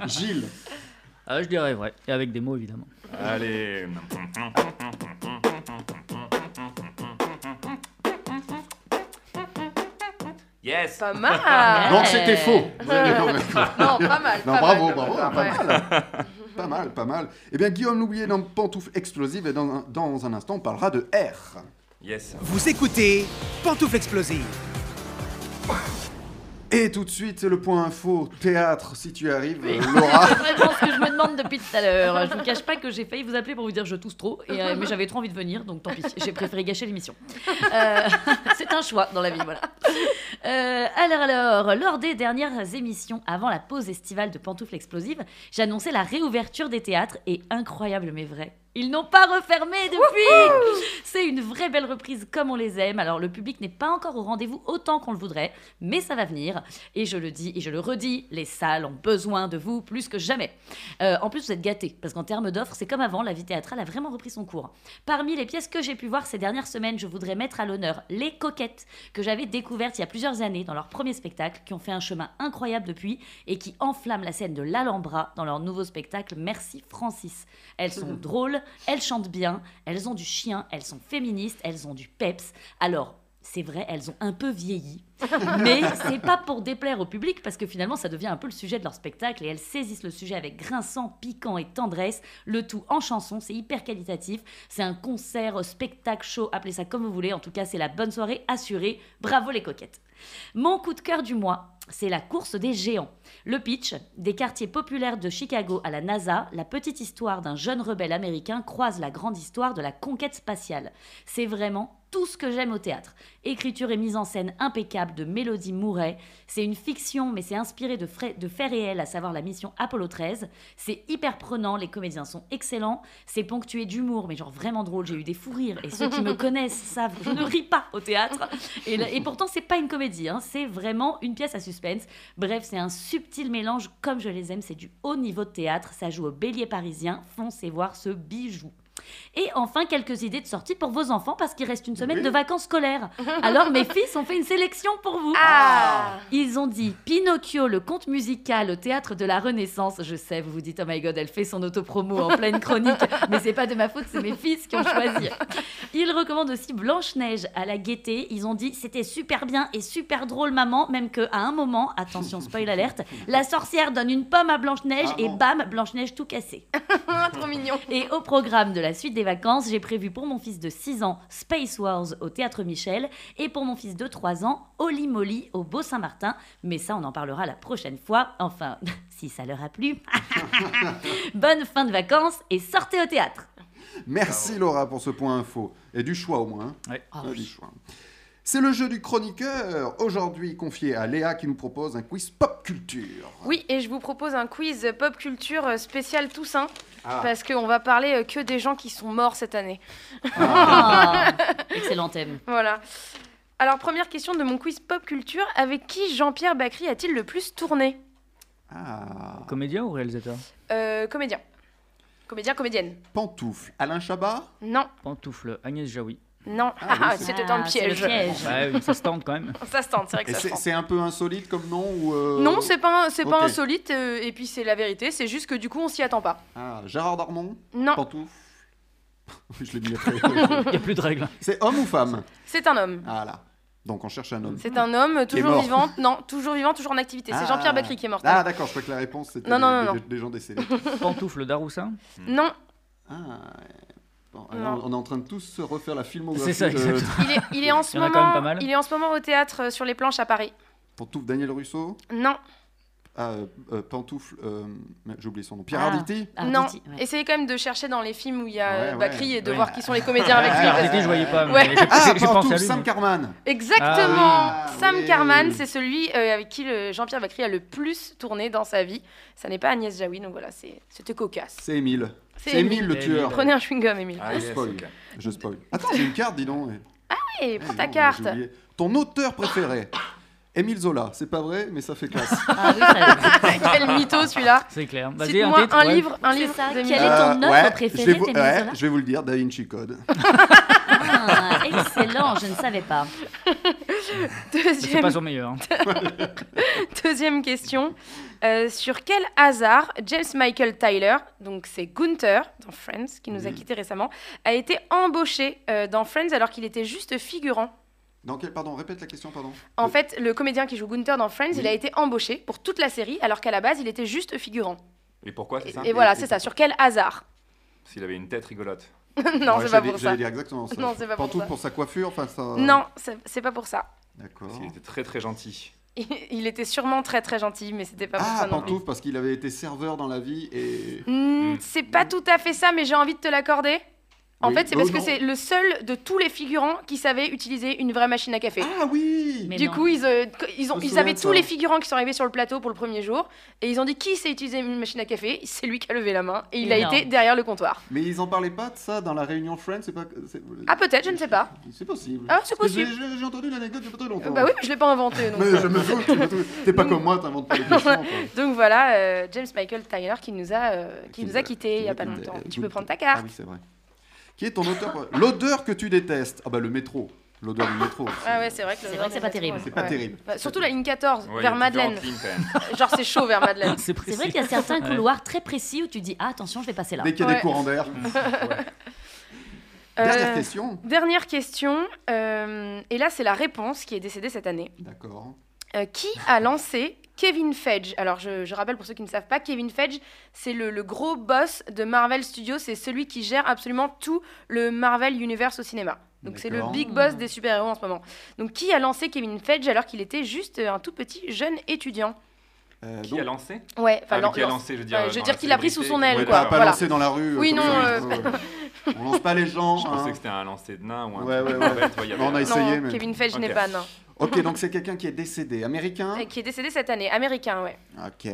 [SPEAKER 2] Gilles,
[SPEAKER 5] Ah, je dirais vrai. Et avec des mots, évidemment.
[SPEAKER 3] Allez. Yes.
[SPEAKER 6] Pas mal
[SPEAKER 2] non, c'était faux. Vous avez
[SPEAKER 6] Ouais.
[SPEAKER 2] bien fait.
[SPEAKER 6] Non, pas mal.
[SPEAKER 2] Non,
[SPEAKER 6] Ah, pas
[SPEAKER 2] bravo,
[SPEAKER 6] mal,
[SPEAKER 2] bravo,
[SPEAKER 6] pas
[SPEAKER 2] pas
[SPEAKER 6] mal. Ouais.
[SPEAKER 2] mal. Pas mal, pas mal. Eh bien, Guillaume Loublier dans Pantoufles Explosives, et dans un, dans un instant, on parlera de R.
[SPEAKER 3] Yes.
[SPEAKER 1] Vous écoutez Pantoufle Explosive.
[SPEAKER 2] Et tout de suite, c'est le point info théâtre, si tu y arrives, euh, Laura.
[SPEAKER 4] C'est vraiment ce que je me demande depuis tout à l'heure. Je vous cache pas que j'ai failli vous appeler pour vous dire je tousse trop, et, euh, mais j'avais trop envie de venir, donc tant pis. J'ai préféré gâcher l'émission. Euh, c'est un choix dans la vie, voilà. Euh, alors, alors, lors des dernières émissions avant la pause estivale de Pantoufles Explosives, j'annonçais la réouverture des théâtres et incroyable mais vrai. Ils n'ont pas refermé depuis C'est une vraie belle reprise comme on les aime. Alors le public n'est pas encore au rendez-vous autant qu'on le voudrait, mais ça va venir. Et je le dis et je le redis, les salles ont besoin de vous plus que jamais. Euh, en plus, vous êtes gâtés, parce qu'en termes d'offres, c'est comme avant, la vie théâtrale a vraiment repris son cours. Parmi les pièces que j'ai pu voir ces dernières semaines, je voudrais mettre à l'honneur Les Coquettes, que j'avais découvertes il y a plusieurs années dans leur premier spectacle, qui ont fait un chemin incroyable depuis et qui enflamment la scène de l'Alhambra dans leur nouveau spectacle Merci Francis. Elles sont drôles, elles chantent bien, elles ont du chien, elles sont féministes, elles ont du peps. Alors, c'est vrai, elles ont un peu vieilli, mais c'est pas pour déplaire au public parce que finalement ça devient un peu le sujet de leur spectacle et elles saisissent le sujet avec grinçant, piquant et tendresse, le tout en chanson, c'est hyper qualitatif, c'est un concert, euh, spectacle, show, appelez ça comme vous voulez, en tout cas c'est la bonne soirée assurée, bravo les coquettes. Mon coup de cœur du mois, c'est la course des géants. Le pitch, des quartiers populaires de Chicago à la NASA, la petite histoire d'un jeune rebelle américain croise la grande histoire de la conquête spatiale. C'est vraiment tout ce que j'aime au théâtre. Écriture et mise en scène impeccable de Mélodie Mouret. C'est une fiction, mais c'est inspiré de, frais- de faits réels, à savoir la mission Apollo 13. C'est hyper prenant, les comédiens sont excellents. C'est ponctué d'humour, mais genre vraiment drôle. J'ai eu des fous rires. Et ceux qui me connaissent savent que je ne ris pas au théâtre. Et, là- et pourtant, c'est pas une comédie, hein. c'est vraiment une pièce à suspense. Bref, c'est un subtil mélange comme je les aime, c'est du haut niveau de théâtre, ça joue au bélier parisien, foncez voir ce bijou. Et enfin, quelques idées de sortie pour vos enfants parce qu'il reste une semaine
[SPEAKER 2] Oui.
[SPEAKER 4] de vacances scolaires. Alors mes fils ont fait une sélection pour vous.
[SPEAKER 6] Ah
[SPEAKER 4] Ils ont dit Pinocchio, le conte musical au théâtre de la Renaissance. Je sais, vous vous dites, oh my god, elle fait son autopromo en pleine chronique, mais c'est pas de ma faute, c'est mes fils qui ont choisi. Ils recommandent aussi Blanche-Neige à la gaieté. Ils ont dit, c'était super bien et super drôle, maman, même que à un moment, attention, spoil alerte, la sorcière donne une pomme à Blanche-Neige
[SPEAKER 2] Ah
[SPEAKER 4] et
[SPEAKER 2] non.
[SPEAKER 4] bam, Blanche-Neige tout cassée.
[SPEAKER 6] Ah, Trop mignon.
[SPEAKER 4] Et au programme de la suite des vacances, j'ai prévu pour mon fils de 6 ans Space Wars au Théâtre Michel et pour mon fils de 3 ans Oli Molly au Beau Saint-Martin. Mais ça, on en parlera la prochaine fois. Enfin, si ça leur a plu. Bonne fin de vacances et sortez au théâtre.
[SPEAKER 2] Merci Laura pour ce point info. Et du choix au moins. hein.
[SPEAKER 4] Ah
[SPEAKER 2] Ah, du choix. C'est le jeu du chroniqueur, aujourd'hui confié à Léa qui nous propose un quiz pop culture.
[SPEAKER 6] Oui, et je vous propose un quiz pop culture spécial Toussaint,
[SPEAKER 2] Ah.
[SPEAKER 6] parce qu'on va parler euh, que des gens qui sont morts cette année.
[SPEAKER 4] Ah, excellent thème.
[SPEAKER 6] Voilà. Alors, première question de mon quiz pop culture, avec qui Jean-Pierre Bacry a-t-il le plus tourné
[SPEAKER 2] Ah,
[SPEAKER 5] Comédien ou réalisateur
[SPEAKER 6] Euh, Comédien. Comédien, comédienne.
[SPEAKER 2] pantoufle, Alain Chabat
[SPEAKER 6] Non,
[SPEAKER 5] Pantoufle, Agnès Jaoui.
[SPEAKER 6] non,
[SPEAKER 2] Ah oui, c'est-
[SPEAKER 6] c'était
[SPEAKER 4] Ah,
[SPEAKER 6] un
[SPEAKER 4] c'est le
[SPEAKER 6] piège.
[SPEAKER 4] piège.
[SPEAKER 5] Ouais, oui, ça se tente quand même.
[SPEAKER 6] Ça se tente, c'est vrai que
[SPEAKER 2] Et
[SPEAKER 6] ça se
[SPEAKER 2] c'est
[SPEAKER 6] tente.
[SPEAKER 2] c'est un peu insolite comme nom ou euh,
[SPEAKER 6] Non, c'est pas, c'est pas
[SPEAKER 2] ok.
[SPEAKER 6] insolite, euh, et puis c'est la vérité, c'est juste que du coup on s'y attend pas.
[SPEAKER 2] Ah, Gérard Darmon,
[SPEAKER 6] Non,
[SPEAKER 2] pantoufle. Je l'ai mis après.
[SPEAKER 5] Il n'y a plus de règles.
[SPEAKER 2] c'est homme ou femme
[SPEAKER 6] c'est un homme.
[SPEAKER 2] Ah là. Donc on cherche un homme.
[SPEAKER 6] C'est un homme, euh,
[SPEAKER 2] Qui est
[SPEAKER 6] toujours
[SPEAKER 2] mort.
[SPEAKER 6] vivant, non, toujours vivant, toujours en activité. C'est
[SPEAKER 2] Ah.
[SPEAKER 6] Jean-Pierre Bacry qui est mort.
[SPEAKER 2] Ah d'accord, je crois que la réponse c'était
[SPEAKER 6] Non, non,
[SPEAKER 2] des-
[SPEAKER 6] non,
[SPEAKER 2] des, des gens décédés.
[SPEAKER 5] Pantoufle, Daroussin
[SPEAKER 6] Non,
[SPEAKER 2] Ah, bon,
[SPEAKER 6] Non.
[SPEAKER 2] on est en train de tous se refaire la filmographie.
[SPEAKER 5] C'est ça,
[SPEAKER 2] de-
[SPEAKER 5] exactement.
[SPEAKER 6] il est, il est en ce
[SPEAKER 5] Il y en a quand même pas
[SPEAKER 6] moment,
[SPEAKER 5] mal.
[SPEAKER 6] il est en ce moment au théâtre euh, sur les planches à Paris.
[SPEAKER 2] Pantoufle Daniel Russo,
[SPEAKER 6] Non,
[SPEAKER 2] ah, euh, euh, pantoufle, euh, mais j'ai oublié son nom, Pierre Arditi.
[SPEAKER 4] Ah,
[SPEAKER 6] non.
[SPEAKER 4] Arditi, ouais.
[SPEAKER 6] Essayez quand même de chercher dans les films où il y a
[SPEAKER 2] Ouais,
[SPEAKER 6] euh,
[SPEAKER 2] ouais,
[SPEAKER 6] Bacri et de
[SPEAKER 5] ouais.
[SPEAKER 6] voir qui sont les comédiens avec
[SPEAKER 2] Ah,
[SPEAKER 6] lui.
[SPEAKER 2] ouais.
[SPEAKER 5] Alors,
[SPEAKER 6] parce-
[SPEAKER 5] c'était, je voyais pas. mais
[SPEAKER 6] Ouais.
[SPEAKER 5] j'ai-
[SPEAKER 2] Ah,
[SPEAKER 5] j'ai- j'ai pensé à
[SPEAKER 2] pantoufle
[SPEAKER 5] lui.
[SPEAKER 2] Sam
[SPEAKER 5] mais-
[SPEAKER 2] Carman.
[SPEAKER 6] Exactement.
[SPEAKER 2] Ah oui.
[SPEAKER 6] Sam
[SPEAKER 2] Ah,
[SPEAKER 6] Carman,
[SPEAKER 2] oui.
[SPEAKER 6] c'est celui euh, avec qui le- Jean-Pierre Bacri a le plus tourné dans sa vie. Ça n'est pas Agnès Jaoui, donc voilà, c'est- c'était cocasse.
[SPEAKER 2] C'est Émile.
[SPEAKER 6] C'est
[SPEAKER 2] C'est
[SPEAKER 6] Émile.
[SPEAKER 2] Émile le
[SPEAKER 5] Émile.
[SPEAKER 2] tueur.
[SPEAKER 6] Prenez un chewing-gum, Émile.
[SPEAKER 3] Ah, yes,
[SPEAKER 2] Spoil.
[SPEAKER 3] ok.
[SPEAKER 2] Je spoil. Attends, j'ai une carte, dis donc.
[SPEAKER 6] Allez, prends
[SPEAKER 2] Eh,
[SPEAKER 6] ta
[SPEAKER 2] non,
[SPEAKER 6] carte.
[SPEAKER 2] j'ai oublié. Ton auteur préféré Émile Zola, c'est pas vrai, mais ça fait classe.
[SPEAKER 4] Ah oui, ça-
[SPEAKER 6] Quel mytho celui-là.
[SPEAKER 5] C'est clair. Vas-y, un
[SPEAKER 6] Cite-moi un,
[SPEAKER 5] titre, ouais.
[SPEAKER 6] livre, un
[SPEAKER 4] C'est
[SPEAKER 6] livre.
[SPEAKER 4] ça,
[SPEAKER 6] de
[SPEAKER 4] quel
[SPEAKER 6] Mila.
[SPEAKER 4] est ton œuvre
[SPEAKER 2] Euh, ouais,
[SPEAKER 4] préférée
[SPEAKER 2] je vais, vous,
[SPEAKER 4] d'Émile
[SPEAKER 2] ouais,
[SPEAKER 4] Zola
[SPEAKER 2] je vais vous le dire, Da Vinci Code.
[SPEAKER 4] Ah, excellent, je ne savais pas.
[SPEAKER 5] C'est
[SPEAKER 6] Deuxième,
[SPEAKER 5] pas son meilleur. hein.
[SPEAKER 6] deuxième question. Euh, sur quel hasard James Michael Tyler, donc c'est Gunther dans Friends, qui nous a
[SPEAKER 2] Oui.
[SPEAKER 6] quittés récemment, a été embauché euh, dans Friends alors qu'il était juste figurant
[SPEAKER 2] Dans quel, pardon, répète la question, pardon.
[SPEAKER 6] En
[SPEAKER 2] Le-
[SPEAKER 6] fait, le comédien qui joue Gunther dans Friends,
[SPEAKER 2] Oui.
[SPEAKER 6] il a été embauché pour toute la série, alors qu'à la base, il était juste figurant.
[SPEAKER 3] Et pourquoi, c'est
[SPEAKER 6] Et,
[SPEAKER 3] ça
[SPEAKER 6] et voilà,
[SPEAKER 2] Et-
[SPEAKER 6] c'est ça. Sur quel hasard
[SPEAKER 3] S'il avait une tête rigolote.
[SPEAKER 6] Non,
[SPEAKER 2] Ouais,
[SPEAKER 6] c'est pas
[SPEAKER 2] j'allais-
[SPEAKER 6] pour ça.
[SPEAKER 2] J'allais dire euh, exactement ça.
[SPEAKER 6] Non, c'est pas pour
[SPEAKER 2] Pantoute
[SPEAKER 6] ça.
[SPEAKER 2] pour sa coiffure, enfin ça.
[SPEAKER 6] Non, c'est c'est pas pour ça.
[SPEAKER 2] D'accord.
[SPEAKER 3] S'il était très très gentil.
[SPEAKER 6] Il, il était sûrement très très gentil, mais c'était pas pour
[SPEAKER 2] Ah,
[SPEAKER 6] ça non plus.
[SPEAKER 2] pantouf parce qu'il avait été serveur dans la vie et.
[SPEAKER 6] Hmm,
[SPEAKER 3] Mm.
[SPEAKER 6] C'est pas tout à fait ça, mais j'ai envie de te l'accorder. En
[SPEAKER 2] Oui.
[SPEAKER 6] fait, c'est
[SPEAKER 2] Oh
[SPEAKER 6] parce que
[SPEAKER 2] non.
[SPEAKER 6] c'est le seul de tous les figurants qui savait utiliser une vraie machine à café.
[SPEAKER 2] Ah oui
[SPEAKER 4] Mais
[SPEAKER 6] du
[SPEAKER 4] non.
[SPEAKER 6] coup, ils, euh, qu- ils, ont,
[SPEAKER 2] Je me
[SPEAKER 6] ils
[SPEAKER 2] souviens
[SPEAKER 6] avaient
[SPEAKER 2] de
[SPEAKER 6] tous
[SPEAKER 2] ça.
[SPEAKER 6] les figurants qui sont arrivés sur le plateau pour le premier jour, et ils ont dit qui sait utiliser une machine à café. C'est lui qui a levé la main, et il
[SPEAKER 4] Énorme.
[SPEAKER 6] a été derrière le comptoir.
[SPEAKER 2] Mais ils en parlaient pas de ça dans la réunion Friends, c'est pas. c'est-
[SPEAKER 6] Ah, peut-être, je ne sais pas.
[SPEAKER 2] C'est possible.
[SPEAKER 6] Ah, c'est
[SPEAKER 2] Parce que
[SPEAKER 6] possible.
[SPEAKER 2] j'ai- J'ai j'ai entendu l'anecdote il y a pas très
[SPEAKER 6] Euh,
[SPEAKER 2] longtemps.
[SPEAKER 6] bah oui, mais je l'ai pas inventé. Donc,
[SPEAKER 2] Oh. Mais je me fous, tu me fous. t'es pas
[SPEAKER 6] Donc-
[SPEAKER 2] comme moi, t'inventes pas les questions. quoi.
[SPEAKER 6] donc voilà, euh, James Michael Tyler qui nous a, euh, qui
[SPEAKER 2] Qui
[SPEAKER 6] nous
[SPEAKER 2] nous
[SPEAKER 6] a
[SPEAKER 2] a-
[SPEAKER 6] quittés
[SPEAKER 2] qui
[SPEAKER 6] il y
[SPEAKER 2] nous
[SPEAKER 6] a
[SPEAKER 2] a
[SPEAKER 6] pas
[SPEAKER 2] quittés.
[SPEAKER 6] longtemps.
[SPEAKER 2] Euh,
[SPEAKER 6] Tu peux
[SPEAKER 2] good.
[SPEAKER 6] prendre ta
[SPEAKER 2] Ah
[SPEAKER 6] carte.
[SPEAKER 2] oui, c'est vrai. Qui est ton auteur L'odeur que tu détestes Ah bah le métro. L'odeur du métro.
[SPEAKER 6] Ah ouais, c'est vrai que le
[SPEAKER 4] C'est vrai que c'est pas
[SPEAKER 6] ouais.
[SPEAKER 4] terrible.
[SPEAKER 2] C'est pas
[SPEAKER 6] Ouais.
[SPEAKER 2] terrible.
[SPEAKER 6] Bah, surtout la ligne 14
[SPEAKER 3] Ouais, il est
[SPEAKER 6] vers
[SPEAKER 3] différent
[SPEAKER 6] Madeleine.
[SPEAKER 3] de Lynn, quand même.
[SPEAKER 6] Genre c'est chaud vers Madeleine.
[SPEAKER 5] C'est
[SPEAKER 4] C'est
[SPEAKER 5] précis.
[SPEAKER 4] vrai qu'il y a certains
[SPEAKER 5] Ouais.
[SPEAKER 4] couloirs très précis où tu dis ah, attention, je vais passer là.
[SPEAKER 2] Dès qu'il y a
[SPEAKER 6] hein. Ouais.
[SPEAKER 2] des courants d'air.
[SPEAKER 6] Euh,
[SPEAKER 2] Dernière question.
[SPEAKER 6] Dernière question, euh, et là c'est la réponse qui est décédée cette année.
[SPEAKER 2] D'accord.
[SPEAKER 6] Euh, qui a lancé Kevin Feige Alors je, je rappelle pour ceux qui ne savent pas, Kevin Feige, c'est le, le gros boss de Marvel Studios, c'est celui qui gère absolument tout le Marvel Universe au cinéma. Donc c'est le
[SPEAKER 2] D'accord.
[SPEAKER 6] big boss des super-héros en ce moment. Donc qui a lancé Kevin Feige alors qu'il était juste euh, un tout petit jeune étudiant
[SPEAKER 2] Euh,
[SPEAKER 3] Qui
[SPEAKER 2] donc-
[SPEAKER 3] a lancé
[SPEAKER 6] Ouais,
[SPEAKER 3] Ah,
[SPEAKER 6] enfin
[SPEAKER 3] mais
[SPEAKER 6] lan-
[SPEAKER 3] Qui a
[SPEAKER 6] lan-
[SPEAKER 3] lancé, je veux dire.
[SPEAKER 6] Ouais, je veux
[SPEAKER 3] dans
[SPEAKER 6] dire
[SPEAKER 3] la
[SPEAKER 6] qu'il a pris sous
[SPEAKER 3] célébrité.
[SPEAKER 6] son aile,
[SPEAKER 2] Ouais,
[SPEAKER 6] quoi.
[SPEAKER 2] pas, pas
[SPEAKER 6] voilà.
[SPEAKER 2] lancé dans la rue.
[SPEAKER 6] Oui,
[SPEAKER 2] comme
[SPEAKER 6] non,
[SPEAKER 2] ça,
[SPEAKER 6] euh,
[SPEAKER 2] ouais, ouais. On lance pas les gens.
[SPEAKER 3] Je pensais
[SPEAKER 2] hein.
[SPEAKER 3] que c'était un lancer de nain ou un.
[SPEAKER 2] Ouais,
[SPEAKER 3] truc.
[SPEAKER 2] ouais, ouais.
[SPEAKER 3] En fait, tu vois, il y avait
[SPEAKER 2] Non, on a
[SPEAKER 3] un-
[SPEAKER 2] essayé. Essayez,
[SPEAKER 6] non,
[SPEAKER 2] mais-
[SPEAKER 6] Kevin Feige
[SPEAKER 3] Ok. Hein
[SPEAKER 6] n'est pas, non.
[SPEAKER 2] Ok, donc c'est quelqu'un qui est décédé. Américain
[SPEAKER 6] Euh, Qui est décédé cette année, américain, ouais.
[SPEAKER 2] Ok.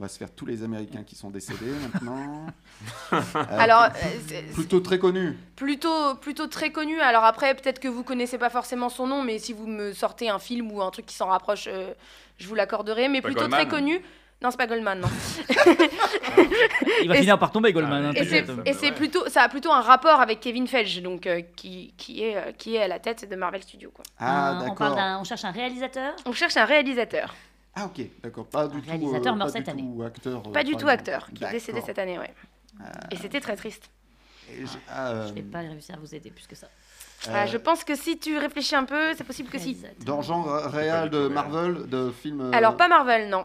[SPEAKER 2] On va se faire tous les Américains qui sont décédés maintenant. Euh,
[SPEAKER 3] Ah,
[SPEAKER 6] Alors, euh, c'est-
[SPEAKER 2] Plutôt très connu.
[SPEAKER 6] plutôt, plutôt très connu. Alors après, peut-être que vous connaissez pas forcément son nom, mais si vous me sortez un film ou un truc qui s'en rapproche, euh, je vous l'accorderai. Mais
[SPEAKER 3] Pas
[SPEAKER 6] plutôt
[SPEAKER 3] Goldman.
[SPEAKER 6] très connu. Non, c'est pas Goldman, non.
[SPEAKER 5] Il va
[SPEAKER 6] Et
[SPEAKER 5] finir par tomber, Goldman. hein,
[SPEAKER 3] Ah,
[SPEAKER 6] Et c'est-
[SPEAKER 5] t'inquiète.
[SPEAKER 3] Goldman,
[SPEAKER 6] et c'est
[SPEAKER 3] ouais.
[SPEAKER 6] plutôt, ça a plutôt un rapport avec Kevin Feige, donc euh, qui, qui est, euh, qui est à la tête de Marvel Studios. Quoi.
[SPEAKER 2] Ah,
[SPEAKER 4] Hein, on, parle
[SPEAKER 2] d'accord.
[SPEAKER 4] d'un- on cherche un réalisateur.
[SPEAKER 6] On cherche un réalisateur,
[SPEAKER 2] Ah, ok, d'accord. Pas du
[SPEAKER 4] Un
[SPEAKER 2] tout. euh,
[SPEAKER 4] réalisateur mort
[SPEAKER 2] pas du
[SPEAKER 4] cette année.
[SPEAKER 2] tout acteur. euh,
[SPEAKER 6] pas du
[SPEAKER 2] par
[SPEAKER 6] tout
[SPEAKER 2] exemple.
[SPEAKER 6] acteur, qui est décédé
[SPEAKER 2] D'accord. Euh,
[SPEAKER 6] cette année, ouais. Et c'était très triste.
[SPEAKER 2] Et j'ai- ah, euh,
[SPEAKER 4] Je vais pas réussir à vous aider plus que ça.
[SPEAKER 6] Ah,
[SPEAKER 2] euh,
[SPEAKER 6] je pense que si tu réfléchis un peu, c'est possible que si.
[SPEAKER 4] Réalisateur.
[SPEAKER 2] Dans genre euh, réel de Marvel, de film. euh,
[SPEAKER 6] Alors pas Marvel, non.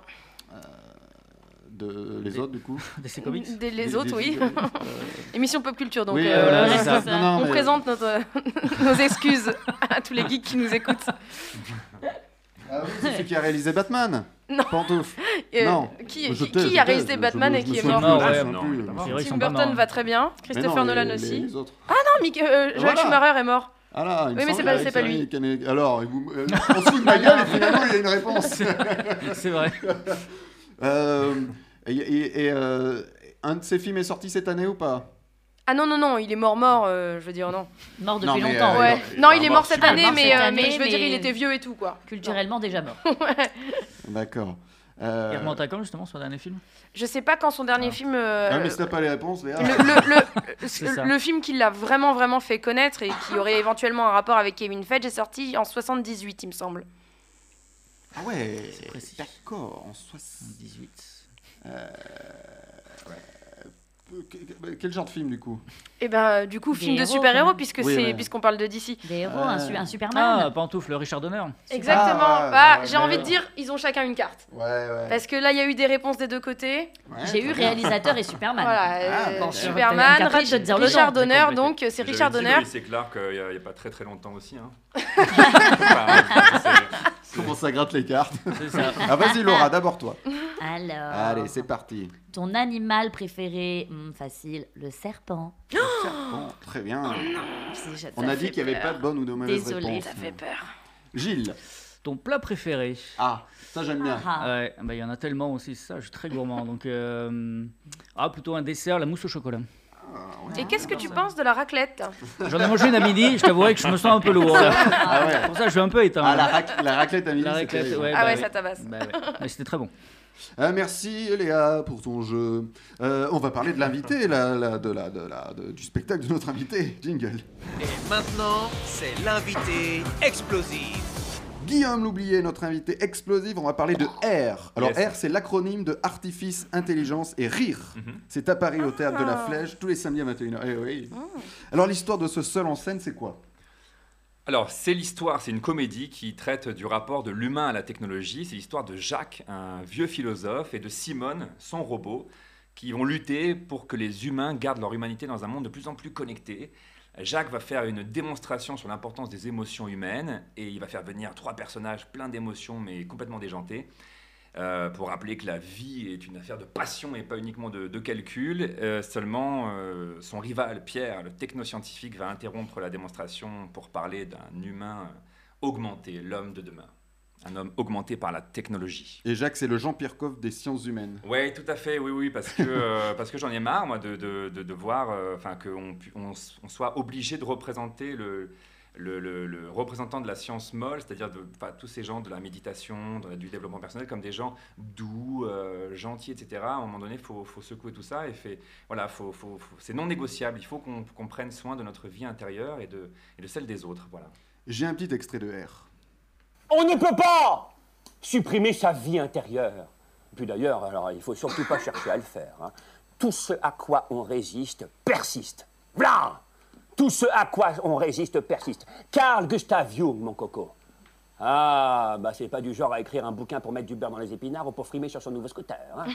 [SPEAKER 2] De les autres, du coup.
[SPEAKER 5] C'est comics.
[SPEAKER 6] Des- les
[SPEAKER 2] Des-
[SPEAKER 6] autres,
[SPEAKER 2] des-
[SPEAKER 6] oui.
[SPEAKER 2] euh,
[SPEAKER 6] Émission Pop Culture, donc.
[SPEAKER 2] oui,
[SPEAKER 6] euh,
[SPEAKER 2] voilà,
[SPEAKER 4] voilà,
[SPEAKER 2] c'est
[SPEAKER 4] c'est
[SPEAKER 2] ça.
[SPEAKER 4] ça.
[SPEAKER 2] Non, non,
[SPEAKER 6] On
[SPEAKER 2] mais-
[SPEAKER 6] présente notre- nos excuses à tous les geeks qui nous écoutent.
[SPEAKER 2] Ah oui, c'est celui qui a réalisé Batman.
[SPEAKER 6] Non.
[SPEAKER 2] Pantouf.
[SPEAKER 6] Euh,
[SPEAKER 2] Non.
[SPEAKER 6] qui
[SPEAKER 2] Je
[SPEAKER 6] qui-
[SPEAKER 2] t'ai-
[SPEAKER 6] qui
[SPEAKER 2] je
[SPEAKER 6] a
[SPEAKER 2] t'ai-
[SPEAKER 6] réalisé
[SPEAKER 2] je-
[SPEAKER 6] Batman
[SPEAKER 2] je
[SPEAKER 6] et
[SPEAKER 2] me
[SPEAKER 6] qui est
[SPEAKER 2] souviens
[SPEAKER 6] mort
[SPEAKER 5] mort,
[SPEAKER 2] plus,
[SPEAKER 5] ouais.
[SPEAKER 2] je me souviens
[SPEAKER 3] Ah, Non,
[SPEAKER 2] plus.
[SPEAKER 3] il est mort.
[SPEAKER 5] C'est vrai, ils
[SPEAKER 6] Tim
[SPEAKER 5] sont pas
[SPEAKER 6] Burton
[SPEAKER 5] morts.
[SPEAKER 6] va très bien.
[SPEAKER 2] Mais non,
[SPEAKER 6] Christopher
[SPEAKER 2] les-
[SPEAKER 6] Nolan
[SPEAKER 2] les-
[SPEAKER 6] aussi.
[SPEAKER 2] les autres.
[SPEAKER 6] Ah, Mick- euh, Joel
[SPEAKER 2] Voilà.
[SPEAKER 6] Schumacher est mort.
[SPEAKER 2] Ah là, il me
[SPEAKER 6] Oui, mais c'est
[SPEAKER 2] semble
[SPEAKER 6] pas-
[SPEAKER 2] que
[SPEAKER 6] c'est pas
[SPEAKER 2] Cyril
[SPEAKER 6] lui.
[SPEAKER 2] Kane- Alors, il vous- euh, on se fout de ma gueule et finalement, il y a une réponse.
[SPEAKER 5] C'est vrai.
[SPEAKER 2] Euh, et et- et, euh, un de ses films est sorti cette année ou pas
[SPEAKER 6] Ah non, non, non, il est mort, mort, euh, je veux dire, non.
[SPEAKER 4] Mort depuis
[SPEAKER 2] Non, mais,
[SPEAKER 4] longtemps.
[SPEAKER 2] euh,
[SPEAKER 6] Ouais.
[SPEAKER 2] il est
[SPEAKER 6] Non,
[SPEAKER 2] pas
[SPEAKER 6] il est
[SPEAKER 2] mort,
[SPEAKER 6] mort cette
[SPEAKER 2] super.
[SPEAKER 6] année,
[SPEAKER 4] Mort
[SPEAKER 6] mais,
[SPEAKER 4] cette
[SPEAKER 6] euh,
[SPEAKER 4] année,
[SPEAKER 6] mais je veux dire,
[SPEAKER 4] mais-
[SPEAKER 6] il était vieux et tout, quoi.
[SPEAKER 4] Culturellement déjà mort.
[SPEAKER 2] D'accord.
[SPEAKER 5] Il
[SPEAKER 2] Euh,
[SPEAKER 5] remonte à quand, justement, son dernier film
[SPEAKER 6] Je sais pas quand son dernier
[SPEAKER 5] Ah.
[SPEAKER 6] film. euh,
[SPEAKER 2] ah, mais si t'as pas les réponses, Léa.
[SPEAKER 6] le, le- le-
[SPEAKER 5] C'est ça.
[SPEAKER 6] le film qui l'a vraiment, vraiment fait connaître et qui aurait éventuellement un rapport avec Kevin Feige est sorti en 78, il me semble.
[SPEAKER 2] Ah ouais,
[SPEAKER 5] C'est précis.
[SPEAKER 2] d'accord. En 70.
[SPEAKER 5] 18.
[SPEAKER 2] euh, Quel genre de film, du coup
[SPEAKER 6] Et ben, du coup,
[SPEAKER 4] Des
[SPEAKER 6] film de
[SPEAKER 4] héros, quand
[SPEAKER 6] super-héros,
[SPEAKER 4] même.
[SPEAKER 6] puisque
[SPEAKER 2] Oui,
[SPEAKER 6] c'est-
[SPEAKER 2] ouais.
[SPEAKER 6] puisqu'on parle de DC.
[SPEAKER 4] Des héros,
[SPEAKER 2] Ah.
[SPEAKER 4] un, su- un
[SPEAKER 5] Ah,
[SPEAKER 4] Superman.
[SPEAKER 5] pantoufle, Richard Donner.
[SPEAKER 6] Exactement.
[SPEAKER 2] Ah,
[SPEAKER 6] Bah,
[SPEAKER 2] ouais,
[SPEAKER 6] j'ai
[SPEAKER 2] ouais.
[SPEAKER 6] envie de dire, ils ont chacun une carte.
[SPEAKER 2] Ouais, ouais.
[SPEAKER 6] Parce que là, il y a eu des réponses des deux côtés.
[SPEAKER 2] Ouais, très
[SPEAKER 4] J'ai eu
[SPEAKER 2] bien.
[SPEAKER 4] réalisateur et Superman.
[SPEAKER 6] Voilà,
[SPEAKER 2] Ah,
[SPEAKER 6] euh,
[SPEAKER 2] bon,
[SPEAKER 6] Superman,
[SPEAKER 4] t'as- t'as
[SPEAKER 6] Rich-
[SPEAKER 4] de dire le
[SPEAKER 6] Richard
[SPEAKER 4] nom,
[SPEAKER 5] j'ai
[SPEAKER 6] Donner,
[SPEAKER 5] compris.
[SPEAKER 6] donc euh, c'est
[SPEAKER 3] J'avais
[SPEAKER 6] Richard
[SPEAKER 3] dit
[SPEAKER 6] Donner.
[SPEAKER 3] Lois et Clark euh, il n'y a, il y a pas très très longtemps aussi. Hein. Enfin, c'est-
[SPEAKER 2] Comment ça gratte les cartes
[SPEAKER 5] C'est ça.
[SPEAKER 2] Ah, vas-y, Laura, d'abord toi.
[SPEAKER 4] Alors,
[SPEAKER 2] Allez, c'est parti.
[SPEAKER 4] ton animal préféré, Hmm, facile, le serpent.
[SPEAKER 2] Bon, très bien.
[SPEAKER 4] C'est- ça
[SPEAKER 2] On a dit
[SPEAKER 4] fait
[SPEAKER 2] qu'il n'y avait
[SPEAKER 4] peur.
[SPEAKER 2] pas de bonne ou de mauvaise
[SPEAKER 4] Désolée,
[SPEAKER 2] réponse.
[SPEAKER 6] Ça fait peur.
[SPEAKER 2] Gilles.
[SPEAKER 5] Ton plat préféré
[SPEAKER 2] Ah, ça j'aime bien.
[SPEAKER 4] Ah, ah.
[SPEAKER 5] Ouais, bah, il y en a tellement aussi, c'est ça, je suis très gourmand. Donc, euh, ah, plutôt un dessert, la mousse au chocolat.
[SPEAKER 6] Et qu'est-ce que tu penses de la raclette
[SPEAKER 5] J'en ai mangé une à midi, je t'avouerai que je me sens un peu lourd. là.
[SPEAKER 2] Ah ouais.
[SPEAKER 5] Pour ça, je suis un peu éteint.
[SPEAKER 2] Ah, la,
[SPEAKER 5] là.
[SPEAKER 2] rac- la raclette à midi,
[SPEAKER 5] La
[SPEAKER 2] c'est
[SPEAKER 5] raclette,
[SPEAKER 2] terrible.
[SPEAKER 5] ouais. Eh
[SPEAKER 6] Ah
[SPEAKER 5] bah
[SPEAKER 6] ouais,
[SPEAKER 5] oui.
[SPEAKER 6] ça tabasse.
[SPEAKER 5] Bah ouais. Mais c'était très bon.
[SPEAKER 2] Euh, merci Léa pour ton jeu. Euh, on va parler de l'invité, là, là, de la, de la- de- du spectacle de notre invité. Jingle.
[SPEAKER 1] Et maintenant, c'est l'invité explosif.
[SPEAKER 2] Guillaume Loublier, notre invité explosif, on va parler de R. Alors
[SPEAKER 3] Yes.
[SPEAKER 2] R, c'est l'acronyme de Artifice, Intelligence et Rire.
[SPEAKER 5] Mm-hmm.
[SPEAKER 2] C'est à Paris au Théâtre de la
[SPEAKER 4] Ah.
[SPEAKER 2] Flèche tous les samedis à 21h. Eh oui.
[SPEAKER 4] Mm.
[SPEAKER 2] Alors l'histoire de ce seul en scène, c'est quoi
[SPEAKER 3] Alors, c'est l'histoire, c'est une comédie qui traite du rapport de l'humain à la technologie. C'est l'histoire de Jacques, un vieux philosophe, et de Simone, son robot, qui vont lutter pour que les humains gardent leur humanité dans un monde de plus en plus connecté. Jacques va faire une démonstration sur l'importance des émotions humaines, et il va faire venir trois personnages pleins d'émotions, mais complètement déjantés. euh, pour rappeler que la vie est une affaire de passion et pas uniquement de, de calcul. Euh, seulement, euh, son rival, Pierre, le technoscientifique, va interrompre la démonstration pour parler d'un humain euh, augmenté, l'homme de demain. Un homme augmenté par la technologie.
[SPEAKER 2] Et Jacques, c'est le Jean Pirkov des sciences humaines.
[SPEAKER 3] Oui, tout à fait, oui, oui, parce que, euh, parce que j'en ai marre, moi, de, de, de, de voir euh, enfin, qu'on pu- on, s- on soit obligé de représenter le, le, le- le représentant de la science molle, c'est-à-dire de, enfin, tous ces gens de la méditation, de la- du développement personnel, comme des gens doux, euh, gentils, etc. À un moment donné, il faut, faut secouer tout ça et fait, voilà, faut, faut- faut- c'est non négociable. Il faut qu'on qu'on prenne soin de notre vie intérieure et de, et de celle des autres. Voilà.
[SPEAKER 2] J'ai un petit extrait de R.
[SPEAKER 7] On ne peut pas supprimer sa vie intérieure. Puis d'ailleurs, alors il faut surtout pas chercher à le faire. hein. Tout ce à quoi on résiste persiste. V'là Tout ce à quoi on résiste persiste. Carl Gustav Jung, mon coco. Ah, bah c'est pas du genre à écrire un bouquin pour mettre du beurre dans les épinards ou pour frimer sur son nouveau scooter. hein.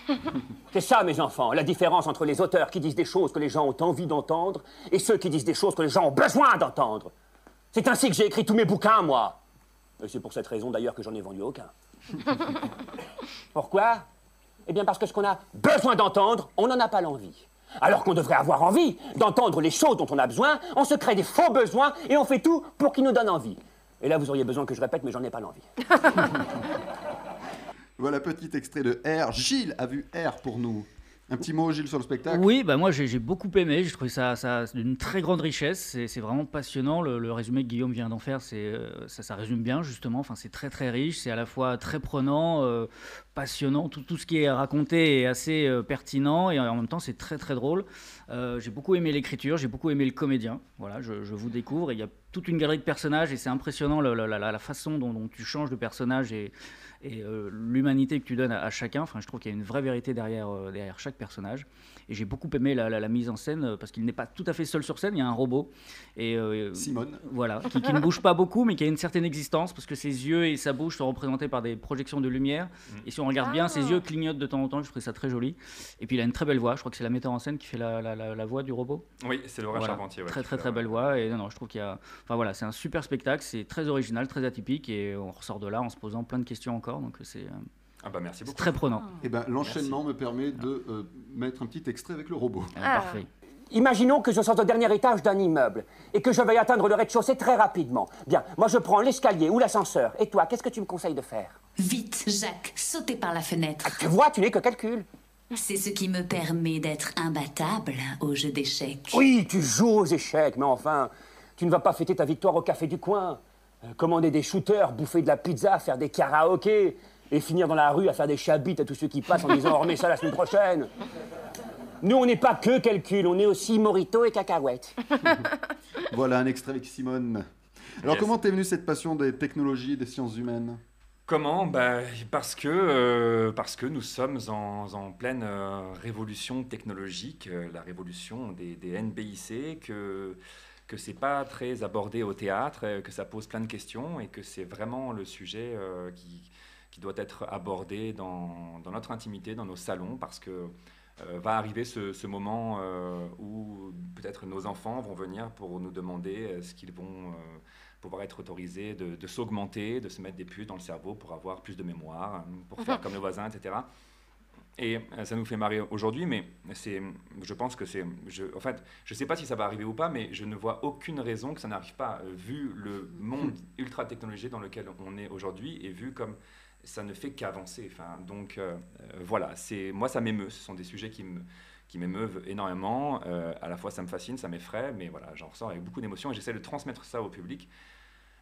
[SPEAKER 7] c'est ça, mes enfants, la différence entre les auteurs qui disent des choses que les gens ont envie d'entendre et ceux qui disent des choses que les gens ont besoin d'entendre. C'est ainsi que j'ai écrit tous mes bouquins, moi. Et c'est pour cette raison d'ailleurs que j'en ai vendu aucun. Pourquoi Eh bien parce que ce qu'on a besoin d'entendre, on n'en a pas l'envie. Alors qu'on devrait avoir envie d'entendre les choses dont on a besoin, on se crée des faux besoins et on fait tout pour qu'ils nous donnent envie. Et là, vous auriez besoin que je répète, mais j'en ai pas l'envie.
[SPEAKER 2] Voilà, petit extrait de R. Gilles a vu R pour nous. Un petit mot, Gilles, sur le spectacle
[SPEAKER 5] Oui, bah moi j'ai j'ai beaucoup aimé, j'ai trouvé ça, ça d'une très grande richesse, c'est c'est vraiment passionnant, le, le résumé que Guillaume vient d'en faire, c'est euh, ça, ça résume bien justement, enfin, c'est très très riche, c'est à la fois très prenant, euh, passionnant, tout, tout ce qui est raconté est assez euh, pertinent et en même temps c'est très très drôle. Euh, j'ai beaucoup aimé l'écriture, j'ai beaucoup aimé le comédien, voilà, je, je vous découvre, et il y a toute une galerie de personnages et c'est impressionnant la, la- la- la façon dont, dont tu changes de personnage et, et, euh, l'humanité que tu donnes à, à chacun, enfin je trouve qu'il y a une vraie vérité derrière, euh, derrière chaque personnage. Et j'ai beaucoup aimé la, la- la mise en scène euh, parce qu'il n'est pas tout à fait seul sur scène, il y a un robot. Et euh,
[SPEAKER 2] Simone.
[SPEAKER 5] voilà, qui, qui ne bouge pas beaucoup, mais qui a une certaine existence, parce que ses yeux et sa bouche sont représentés par des projections de lumière. Et si on regarde bien, ses yeux clignotent de temps en temps, je trouve ça très joli. Et puis il a une très belle voix, je crois que c'est la metteur en scène qui fait la, la- la- la voix du robot.
[SPEAKER 3] Oui, c'est Laura
[SPEAKER 5] Voilà.
[SPEAKER 3] Charpentier. ouais,
[SPEAKER 5] très
[SPEAKER 3] qui
[SPEAKER 5] très
[SPEAKER 3] fait,
[SPEAKER 5] très
[SPEAKER 3] euh,
[SPEAKER 5] belle voix. Et non, non, je trouve qu'il y a. Enfin voilà, c'est un super spectacle, c'est très original, très atypique, et on ressort de là en se posant plein de questions encore, donc c'est euh,
[SPEAKER 3] Ah bah merci
[SPEAKER 5] c'est
[SPEAKER 3] beaucoup.
[SPEAKER 5] très prenant.
[SPEAKER 2] Eh ben, l'enchaînement me permet de euh, mettre un petit extrait avec le robot.
[SPEAKER 5] Euh,
[SPEAKER 6] Ah.
[SPEAKER 5] Parfait.
[SPEAKER 7] Imaginons que je sois au dernier étage d'un immeuble et que je veuille atteindre le rez-de-chaussée très rapidement. Bien, moi je prends l'escalier ou l'ascenseur. Et toi, qu'est-ce que tu me conseilles de faire
[SPEAKER 8] Vite, Jacques, sautez par la fenêtre.
[SPEAKER 7] Tu vois, tu n'es que calcul.
[SPEAKER 8] C'est ce qui me permet d'être imbattable au jeu d'échecs.
[SPEAKER 7] Oui, tu joues aux échecs, mais enfin, tu ne vas pas fêter ta victoire au café du coin, euh, commander des shooters, bouffer de la pizza, faire des karaokés et finir dans la rue à faire des chabites à tous ceux qui passent en disant on remet ça la semaine prochaine. Nous, on n'est pas que calcul, on est aussi morito et cacahuètes.
[SPEAKER 2] Voilà un extrait avec Simone. Alors
[SPEAKER 3] Yes.
[SPEAKER 2] comment t'es venue cette passion des technologies, des sciences humaines
[SPEAKER 3] Comment Bah, parce, que, euh, parce que nous sommes en, en pleine euh, révolution technologique, euh, la révolution des, des NBIC, que, que c'est pas très abordé au théâtre, euh, que ça pose plein de questions et que c'est vraiment le sujet euh, qui, qui doit être abordé dans, dans notre intimité, dans nos salons, parce que euh, va arriver ce, ce moment euh, où peut-être nos enfants vont venir pour nous demander euh, ce qu'ils vont... euh, pouvoir être autorisé de, de s'augmenter, de se mettre des puces dans le cerveau pour avoir plus de mémoire, hein, pour faire comme nos voisins, etc. Et euh, ça nous fait marrer aujourd'hui, mais c'est, je pense que c'est, je, en fait, je sais pas si ça va arriver ou pas, mais je ne vois aucune raison que ça n'arrive pas, euh, vu le monde ultra technologique dans lequel on est aujourd'hui et vu comme ça ne fait qu'avancer. Enfin, donc euh, euh, voilà, c'est, moi ça m'émeut. Ce sont des sujets qui me qui m'émeuvent énormément. Euh, à la fois, ça me fascine, ça m'effraie, mais voilà, j'en ressors avec beaucoup d'émotion et j'essaie de transmettre ça au public.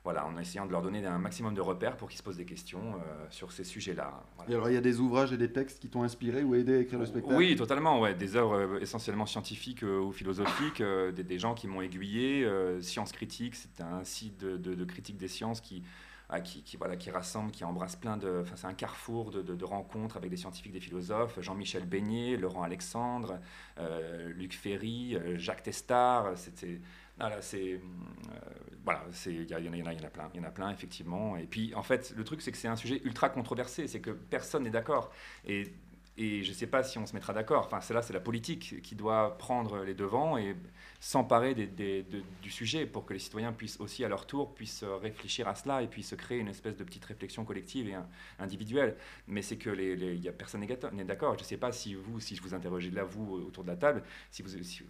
[SPEAKER 3] Voilà, en essayant de leur donner un maximum de repères pour qu'ils se posent des questions euh, sur ces sujets-là. Voilà.
[SPEAKER 2] Et alors, il y a des ouvrages et des textes qui t'ont inspiré ou aidé à écrire le spectacle
[SPEAKER 3] Oui, totalement. Ouais. Des œuvres euh, essentiellement scientifiques euh, ou philosophiques, euh, des, des gens qui m'ont aiguillé. euh, Science Critique, c'est un site de, de- de critique des sciences qui, ah, qui, qui, voilà, qui rassemble, qui embrasse plein de. Enfin, c'est un carrefour de, de- de rencontres avec des scientifiques, des philosophes. Jean-Michel Beignet, Laurent Alexandre, euh, Luc Ferry, euh, Jacques Testard. C'était. Voilà, c'est. euh, voilà, c'est- il y, a- il y en a- il y en a il y en a plein. Il y en a plein, effectivement. Et puis, en fait, le truc, c'est que c'est un sujet ultra controversé. C'est que personne n'est d'accord. Et et je ne sais pas si on se mettra d'accord. Enfin, c'est là, c'est la politique qui doit prendre les devants et s'emparer des- des- de- du sujet pour que les citoyens puissent aussi, à leur tour, puissent euh, réfléchir à cela et puissent se créer une espèce de petite réflexion collective et un- individuelle. Mais c'est que les, les- il y a personne n'est gata- n'est d'accord. Je ne sais pas si vous, si je vous interrogeais là, vous, euh, autour de la table, si vous, si,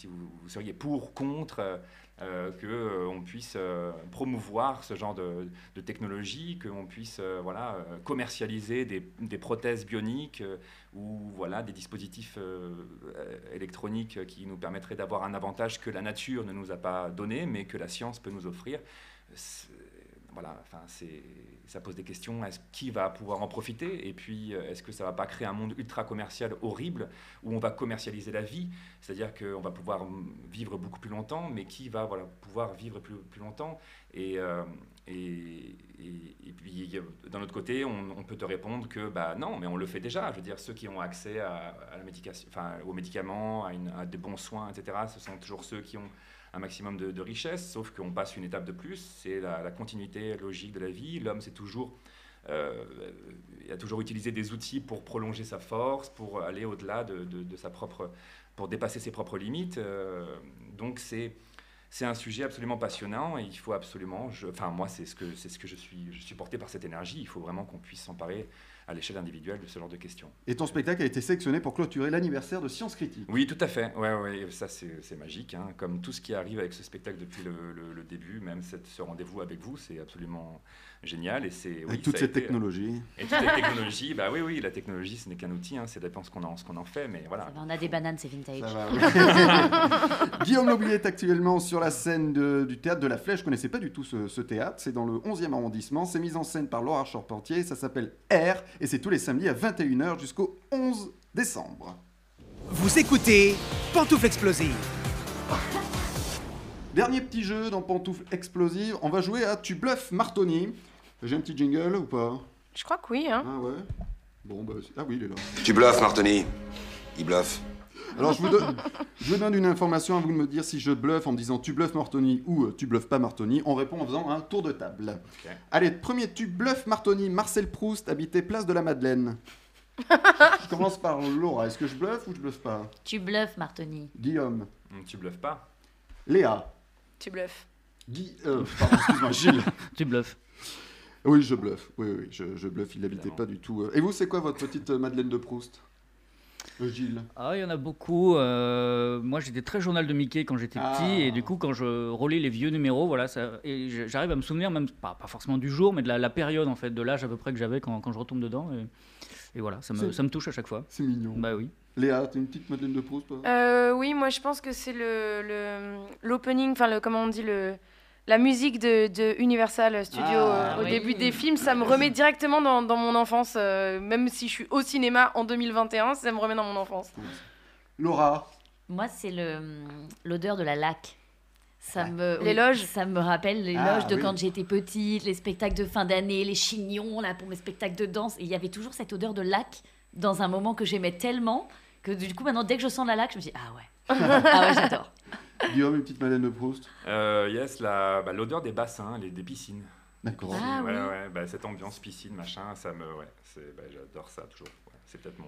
[SPEAKER 3] si vous, vous seriez pour, contre, euh, euh, que euh, on puisse euh, promouvoir ce genre de, de technologie, qu'on puisse euh, voilà, euh, commercialiser des, des prothèses bioniques euh, ou voilà, des dispositifs euh, euh, électroniques qui nous permettraient d'avoir un avantage que la nature ne nous a pas donné, mais que la science peut nous offrir. C'est- Voilà, enfin, c'est- ça pose des questions. Est-ce qui va pouvoir en profiter Et puis, euh, est-ce que ça va pas créer un monde ultra commercial horrible où on va commercialiser la vie C'est-à-dire qu'on va pouvoir mm, vivre beaucoup plus longtemps, mais qui va voilà, pouvoir vivre plus, plus longtemps et, euh, et, et- et puis, il y a- d'un autre côté, on, on peut te répondre que bah, non, mais on le fait déjà. Je veux dire, ceux qui ont accès à, à la médication, enfin, aux médicaments, à, une- à des bons soins, etc., ce sont toujours ceux qui ont un maximum de, de richesse, sauf qu'on passe une étape de plus. C'est la, la continuité logique de la vie. L'homme, c'est toujours. euh, il a toujours utilisé des outils pour prolonger sa force, pour aller au-delà de, de- de sa propre, pour dépasser ses propres limites. euh, donc c'est c'est un sujet absolument passionnant et il faut absolument, je- enfin moi c'est ce que c'est ce que je suis, je suis porté par cette énergie. Il faut vraiment qu'on puisse s'emparer à l'échelle individuelle de ce genre de questions.
[SPEAKER 2] Et ton spectacle a été sélectionné pour clôturer l'anniversaire de Science Critique.
[SPEAKER 3] Oui, tout à fait. Ouais, ouais, et ça c'est c'est magique. hein. Comme tout ce qui arrive avec ce spectacle depuis le, le- le début, même cette- ce rendez-vous avec vous, c'est absolument génial et c'est
[SPEAKER 2] Avec
[SPEAKER 3] oui,
[SPEAKER 2] toute
[SPEAKER 3] ça a
[SPEAKER 2] cette
[SPEAKER 3] été- euh,
[SPEAKER 2] technologie.
[SPEAKER 3] Et toute cette technologie, bah oui, oui, la technologie ce n'est qu'un outil. Hein, ça dépend ce qu'on en ce qu'on en fait, mais voilà.
[SPEAKER 4] On a des bananes, c'est vintage.
[SPEAKER 2] Ça va, oui. Guillaume Laublier est actuellement sur la scène de- du théâtre de la Flèche. Je connaissais pas du tout ce, ce théâtre. C'est dans le 11e arrondissement. C'est mis en scène par Laura Charpentier. Ça s'appelle R. Et c'est tous les samedis à 21h jusqu'au 11 décembre.
[SPEAKER 1] Vous écoutez Pantoufle Explosive.
[SPEAKER 2] Dernier petit jeu dans Pantoufle Explosive. On va jouer à Tu bluffes Martoni. J'ai un petit jingle ou pas
[SPEAKER 6] Je crois que oui, hein.
[SPEAKER 2] Ah ouais Bon, bah, c'est- ah oui, il est là.
[SPEAKER 9] Tu bluffes, Martoni. Il bluffe.
[SPEAKER 2] Alors, je vous, donne, je vous donne une information à vous de me dire si je bluffe en me disant tu bluffes Martoni ou euh, tu bluffes pas Martoni. On répond en faisant un tour de table.
[SPEAKER 3] Ok.
[SPEAKER 2] Allez, premier tu bluffes Martoni, Marcel Proust, habité place de la Madeleine. je commence par Laura. Est-ce que je bluffe ou je bluffe pas
[SPEAKER 4] Tu bluffes, Martoni.
[SPEAKER 2] Guillaume,
[SPEAKER 3] Hum, Tu bluffes pas.
[SPEAKER 2] Léa,
[SPEAKER 6] Tu bluffes.
[SPEAKER 2] Guy, euh, pardon, excuse-moi, Gilles.
[SPEAKER 5] Tu bluffes.
[SPEAKER 2] Oui, je bluffe. Oui, oui, oui, je, je bluffe. Il n'habitait
[SPEAKER 3] Évidemment.
[SPEAKER 2] pas du tout. euh. Et vous, c'est quoi votre petite euh, Madeleine de Proust Euh, Gilles.
[SPEAKER 5] Ah, il y en a beaucoup. euh, moi, j'étais très journal de Mickey quand j'étais
[SPEAKER 2] Ah.
[SPEAKER 5] petit, et du coup, quand je relis les vieux numéros, voilà, ça, et j- j'arrive à me souvenir même pas, pas forcément du jour, mais de la, la période en fait, de l'âge à peu près que j'avais quand, quand je retombe dedans, et, et voilà, ça me,
[SPEAKER 2] C'est-
[SPEAKER 5] ça me touche à chaque fois.
[SPEAKER 2] C'est mignon.
[SPEAKER 5] Bah oui.
[SPEAKER 2] Léa, t'es une petite Madeleine de Proust, toi
[SPEAKER 6] Euh, oui, moi je pense que c'est le le- l'opening, enfin le comment on dit le la musique de, de Universal Studio
[SPEAKER 2] Ah,
[SPEAKER 6] euh, au
[SPEAKER 4] oui.
[SPEAKER 6] début des films, ça me remet directement dans, dans mon enfance. euh, même si je suis au cinéma en 2021, ça me remet dans mon enfance.
[SPEAKER 2] Laura.
[SPEAKER 4] Moi, c'est le l'odeur de la laque. Ça me,
[SPEAKER 6] Les loges.
[SPEAKER 4] Ça me rappelle les
[SPEAKER 2] Ah,
[SPEAKER 4] loges de
[SPEAKER 2] oui.
[SPEAKER 4] quand j'étais petite, les spectacles de fin d'année, les chignons là pour mes spectacles de danse. Et il y avait toujours cette odeur de laque dans un moment que j'aimais tellement que du coup maintenant dès que je sens la laque, je me dis ah ouais, ah ouais j'adore.
[SPEAKER 2] Guillaume, une petite Madeleine de Proust.
[SPEAKER 3] Euh, yes, la- bah, l'odeur des bassins, les, des piscines.
[SPEAKER 2] D'accord.
[SPEAKER 4] Ah,
[SPEAKER 3] Ouais,
[SPEAKER 4] oui.
[SPEAKER 3] ouais, bah, cette ambiance piscine, machin, ça me, ouais, c'est- bah, j'adore ça toujours. Ouais, c'est peut-être mon,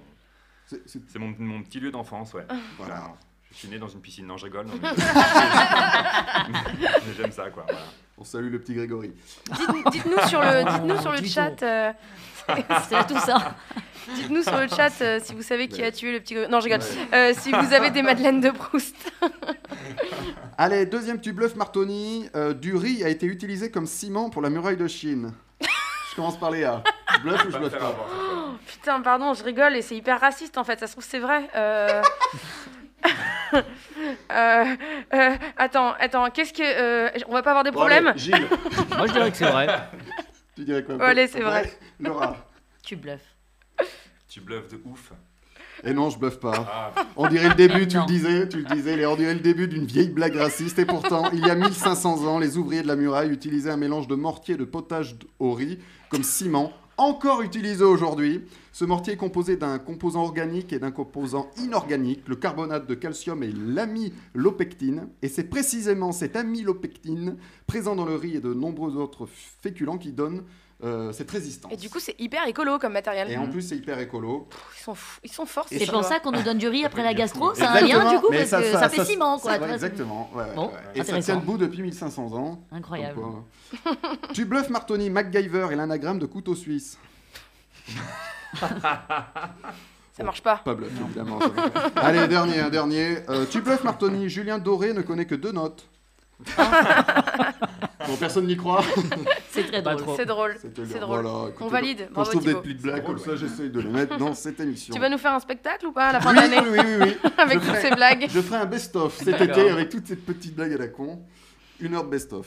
[SPEAKER 2] C'est- c'est-
[SPEAKER 3] c'est mon, mon petit lieu d'enfance, ouais.
[SPEAKER 2] Voilà.
[SPEAKER 3] Clairement. Je suis né dans une piscine, non, je rigole. non, mais... mais j'aime ça, quoi. voilà.
[SPEAKER 2] On salue le petit Grégory.
[SPEAKER 6] Dites- Dites-nous sur le dites-nous sur le
[SPEAKER 5] Dis
[SPEAKER 6] chat.
[SPEAKER 5] donc.
[SPEAKER 6] euh,
[SPEAKER 4] C'est tout ça.
[SPEAKER 6] Dites-nous sur le chat euh, si vous savez qui a tué le petit. gre- Non, je rigole.
[SPEAKER 2] Ouais.
[SPEAKER 6] Euh, si vous avez des madeleines de Proust.
[SPEAKER 2] Allez, deuxième tu bluff, Martoni. Euh, du riz a été utilisé comme ciment pour la muraille de Chine. Je commence par Léa. Je bluffe ou je
[SPEAKER 3] Pas me
[SPEAKER 2] bluffe
[SPEAKER 3] faire
[SPEAKER 2] pas
[SPEAKER 3] avoir, ça, quoi.
[SPEAKER 6] Putain, pardon, je rigole et c'est hyper raciste en fait, ça se trouve c'est vrai. Euh, euh, euh, attends, attends, qu'est-ce que... euh, On va pas avoir des
[SPEAKER 2] Bon, allez,
[SPEAKER 6] problèmes
[SPEAKER 2] Gilles,
[SPEAKER 5] Moi, je dirais que c'est vrai.
[SPEAKER 2] tu dirais quoi
[SPEAKER 6] Oh, allez, c'est vrai.
[SPEAKER 2] Laura.
[SPEAKER 4] Tu bluffes.
[SPEAKER 3] Tu bluffes de ouf.
[SPEAKER 2] Et Eh non, je buffe pas.
[SPEAKER 3] Ah,
[SPEAKER 2] On dirait le début, tu
[SPEAKER 4] Non.
[SPEAKER 2] le disais, tu le disais, les- on dirait le début d'une vieille blague raciste. Et pourtant, il y a 1500 ans, les ouvriers de la muraille utilisaient un mélange de mortier et de potage d- au riz comme ciment, encore utilisé aujourd'hui. Ce mortier est composé d'un composant organique et d'un composant inorganique, le carbonate de calcium et l'amylopectine. Et c'est précisément cette amylopectine, présente dans le riz et de nombreux autres féculents, qui donne euh, cette résistance.
[SPEAKER 6] Et du coup, c'est hyper écolo comme matériel.
[SPEAKER 2] Et en plus, c'est hyper écolo.
[SPEAKER 6] Ils sont, fous- ils sont forts, ces
[SPEAKER 4] C'est
[SPEAKER 6] Chinois.
[SPEAKER 4] pour ça qu'on nous donne du riz après la gastro, c'est un
[SPEAKER 2] Exactement.
[SPEAKER 4] lien du coup,
[SPEAKER 2] Mais
[SPEAKER 4] parce que ça fait ciment
[SPEAKER 2] c'est
[SPEAKER 4] quoi.
[SPEAKER 2] vrai,
[SPEAKER 4] tu vois,
[SPEAKER 2] exactement. ouais, ouais,
[SPEAKER 4] Bon,
[SPEAKER 2] ouais. Et ça
[SPEAKER 4] intéressant.
[SPEAKER 2] tient debout depuis 1500 ans.
[SPEAKER 4] c'est Incroyable.
[SPEAKER 2] Comme quoi. tu bluffes Martoni, MacGyver et l'anagramme de couteau suisse.
[SPEAKER 6] Ça marche pas.
[SPEAKER 2] Pas bluff, évidemment. Allez, dernier, un dernier. Euh, tu bluffes Martoni, Julien Doré ne connaît que deux notes. bon, personne n'y croit.
[SPEAKER 4] C'est très
[SPEAKER 5] Pas
[SPEAKER 4] drôle.
[SPEAKER 5] trop.
[SPEAKER 6] C'est drôle.
[SPEAKER 2] C'était-
[SPEAKER 6] C'est drôle.
[SPEAKER 2] voilà, écoutez,
[SPEAKER 6] On valide.
[SPEAKER 2] Quand je
[SPEAKER 6] Bravo,
[SPEAKER 2] trouve des
[SPEAKER 6] Thibaut.
[SPEAKER 2] plis de blagues comme ça, j'essaye de les mettre dans cette émission.
[SPEAKER 6] Tu vas nous faire un spectacle ou pas à la fin de
[SPEAKER 2] oui,
[SPEAKER 6] l'année
[SPEAKER 2] oui, oui, oui, oui.
[SPEAKER 6] Avec
[SPEAKER 2] Je
[SPEAKER 6] toutes
[SPEAKER 2] ferai-
[SPEAKER 6] ces blagues.
[SPEAKER 2] Je ferai un best-of cet
[SPEAKER 5] D'accord.
[SPEAKER 2] été avec toutes ces petites blagues à la con. Une heure de best-of.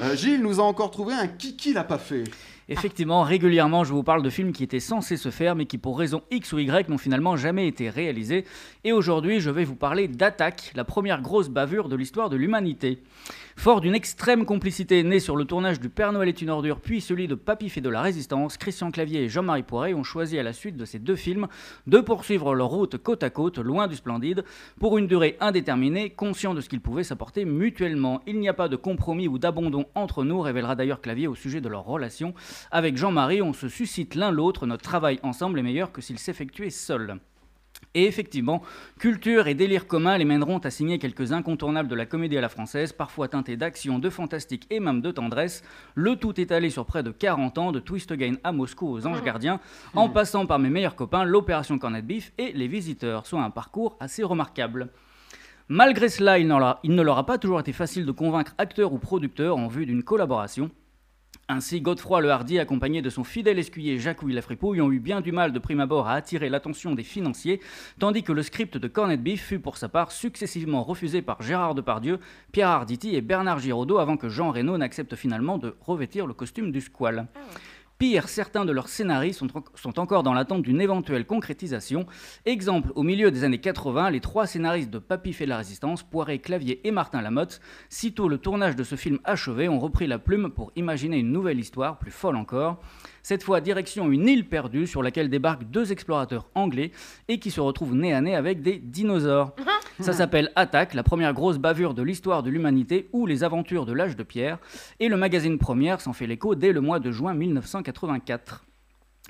[SPEAKER 2] Euh, Gilles nous a encore trouvé un kiki l'a pas fait.
[SPEAKER 5] Ah. Effectivement, régulièrement, je vous parle de films qui étaient censés se faire, mais qui pour raison X ou Y n'ont finalement jamais été réalisés. Et aujourd'hui, je vais vous parler d'Attaque, la première grosse bavure de l'histoire de l'humanité. Fort d'une extrême complicité née sur le tournage du Père Noël est une ordure, puis celui de Papy fait de la résistance, Christian Clavier et Jean-Marie Poiret ont choisi à la suite de ces deux films de poursuivre leur route côte à côte, loin du splendide, pour une durée indéterminée, conscients de ce qu'ils pouvaient s'apporter mutuellement. Il n'y a pas de compromis ou d'abandon entre nous, révélera d'ailleurs Clavier au sujet de leur relation. Avec Jean-Marie, on se suscite l'un l'autre, notre travail ensemble est meilleur que s'il s'effectuait seul. Et effectivement, culture et délire commun les mèneront à signer quelques incontournables de la comédie à la française, parfois teintées d'action, de fantastique et même de tendresse, le tout étalé sur près de 40 ans, de Twist Again à Moscou aux Anges Gardiens, en passant par mes meilleurs copains, l'Opération Cornet de Bif et Les Visiteurs, soit un parcours assez remarquable. Malgré cela, il, n'en leur- il ne leur a pas toujours été facile de convaincre acteurs ou producteurs en vue d'une collaboration. Ainsi, Godefroy le Hardy, accompagné de son fidèle escuyer Jacouille Lafripouille, ont eu bien du mal de prime abord à attirer l'attention des financiers, tandis que le script de Cornet Beef fut pour sa part successivement refusé par Gérard Depardieu, Pierre Arditi et Bernard Giraudot avant que Jean Reno n'accepte finalement de revêtir le costume du squale. Pire, certains de leurs scénaristes sont, en- sont encore dans l'attente d'une éventuelle concrétisation. Exemple, au milieu des années 80, les trois scénaristes de Papy fait la résistance, Poiré, Clavier et Martin Lamotte, sitôt le tournage de ce film achevé, ont repris la plume pour imaginer une nouvelle histoire, plus folle encore. Cette fois, direction une île perdue sur laquelle débarquent deux explorateurs anglais et qui se retrouvent nez à nez avec des dinosaures. Ça s'appelle Attaque, la première grosse bavure de l'histoire de l'humanité ou les aventures de l'âge de pierre, et le magazine Première s'en fait l'écho dès le mois de juin 1984.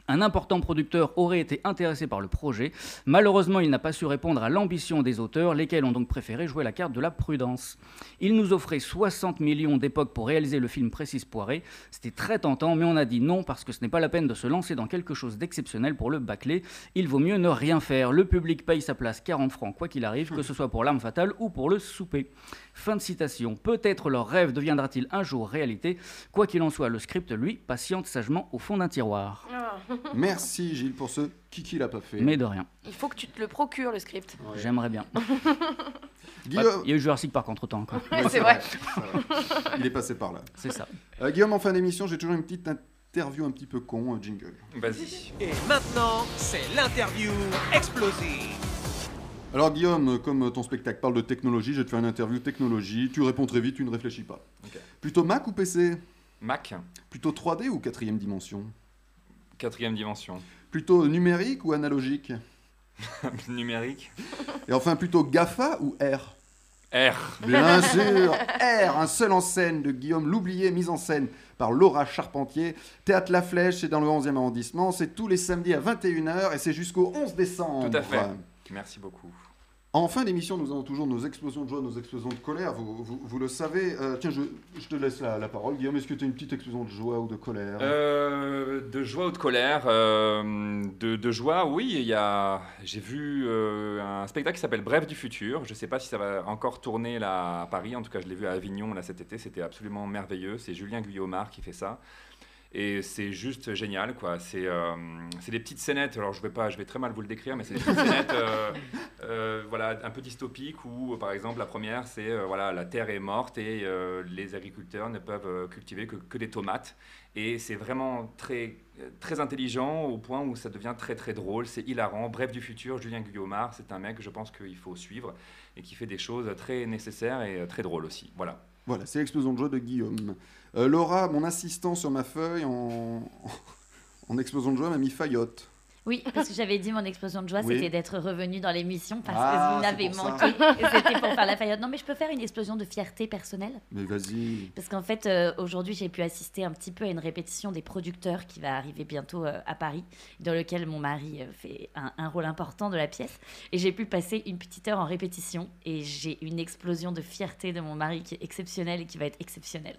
[SPEAKER 5] Un important producteur aurait été intéressé par le projet. Malheureusement, il n'a pas su répondre à l'ambition des auteurs, lesquels ont donc préféré jouer la carte de la prudence. Il nous offrait 60 millions d'époques pour réaliser le film Précise Poiré. C'était très tentant, mais on a dit non parce que ce n'est pas la peine de se lancer dans quelque chose d'exceptionnel pour le bâcler. Il vaut mieux ne rien faire. Le public paye sa place 40 francs, quoi qu'il arrive, que ce soit pour l'arme fatale ou pour le souper. Fin de citation. Peut-être leur rêve deviendra-t-il un jour réalité. Quoi qu'il en soit, le script, lui, patiente sagement au fond d'un tiroir.
[SPEAKER 2] Merci Gilles pour ce kiki l'a pas fait.
[SPEAKER 5] Mais de rien.
[SPEAKER 6] Il faut que tu te le procures, le script.
[SPEAKER 2] Ouais.
[SPEAKER 5] J'aimerais bien. Bah,
[SPEAKER 2] Guillaume...
[SPEAKER 5] Il y a eu Jurassic Park entre temps, quoi.
[SPEAKER 6] Ouais,
[SPEAKER 2] Ouais,
[SPEAKER 6] c'est vrai.
[SPEAKER 2] c'est vrai. Il est passé par là.
[SPEAKER 5] C'est ça.
[SPEAKER 2] Euh, Guillaume, en fin d'émission, j'ai toujours une petite interview un petit peu con, euh, jingle.
[SPEAKER 3] vas-y.
[SPEAKER 1] Et maintenant, c'est l'interview explosive.
[SPEAKER 2] Alors Guillaume, euh, comme euh, ton spectacle parle de technologie, je vais te faire une interview technologie. Tu réponds très vite, tu ne réfléchis pas.
[SPEAKER 3] Ok.
[SPEAKER 2] Plutôt Mac ou PC
[SPEAKER 3] Mac,
[SPEAKER 2] Plutôt 3D ou quatrième dimension
[SPEAKER 3] quatrième dimension.
[SPEAKER 2] Plutôt numérique ou analogique
[SPEAKER 3] Numérique.
[SPEAKER 2] Et enfin, plutôt GAFA ou R
[SPEAKER 3] R.
[SPEAKER 2] Bien sûr, R, un seul en scène de Guillaume L'Oublié, mise en scène par Laura Charpentier. Théâtre La Flèche, c'est dans le 11e arrondissement, c'est tous les samedis à 21h et c'est jusqu'au 11 décembre.
[SPEAKER 3] Tout à fait. Merci beaucoup.
[SPEAKER 2] En fin d'émission, nous avons toujours nos explosions de joie, nos explosions de colère, vous, vous- vous le savez. Euh, tiens, je, je te laisse la, la parole. Guillaume, est-ce que tu as une petite explosion de joie ou de colère
[SPEAKER 3] Euh, de joie ou de colère euh, de, de joie, oui. il y a- J'ai vu euh, un spectacle qui s'appelle Bref du futur. Je ne sais pas si ça va encore tourner là à Paris. En tout cas, je l'ai vu à Avignon là cet été. C'était absolument merveilleux. C'est Julien Guillaumard qui fait ça. Et c'est juste génial, quoi. C'est euh, c'est des petites scénettes. Alors, je vais pas, je vais très mal vous le décrire, mais c'est des petites scénettes, euh, euh, voilà, un peu dystopiques où, euh, par exemple, la première, c'est euh, voilà, la terre est morte et euh, les agriculteurs ne peuvent euh, cultiver que, que des tomates. Et c'est vraiment très, très intelligent au point où ça devient très très drôle, c'est hilarant. Bref du futur, Julien Guillomard, c'est un mec, je pense qu'il faut suivre et qui fait des choses très nécessaires et euh, très drôles aussi. Voilà.
[SPEAKER 2] Voilà, c'est l'explosion de jeu de Guillaume. Euh, Laura, mon assistant sur ma feuille en, en explosion de jeu, m'a mis Fayotte.
[SPEAKER 10] Oui, parce que j'avais dit mon explosion de joie,
[SPEAKER 2] Oui.
[SPEAKER 10] c'était d'être revenu dans l'émission parce
[SPEAKER 2] Ah,
[SPEAKER 10] que vous m'avez
[SPEAKER 2] c'est pour
[SPEAKER 10] manqué. Et C'était pour faire la faillotte. Non, mais je peux faire une explosion de fierté personnelle.
[SPEAKER 2] Mais vas-y.
[SPEAKER 10] Parce qu'en fait, euh, aujourd'hui, j'ai pu assister un petit peu à une répétition des producteurs qui va arriver bientôt euh, à Paris, dans lequel mon mari euh, fait un, un rôle important de la pièce. Et j'ai pu passer une petite heure en répétition et j'ai une explosion de fierté de mon mari qui est exceptionnelle et qui va être exceptionnelle.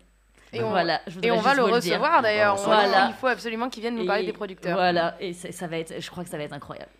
[SPEAKER 6] Et on,
[SPEAKER 10] voilà, je voudrais
[SPEAKER 6] et on va
[SPEAKER 10] juste
[SPEAKER 6] le
[SPEAKER 10] vous dire.
[SPEAKER 6] recevoir d'ailleurs.
[SPEAKER 2] le
[SPEAKER 6] On-
[SPEAKER 10] recevoir.
[SPEAKER 6] Il faut absolument qu'il vienne nous parler
[SPEAKER 10] Et
[SPEAKER 6] des producteurs.
[SPEAKER 10] Voilà, et ça, ça va être, je crois que ça va être incroyable.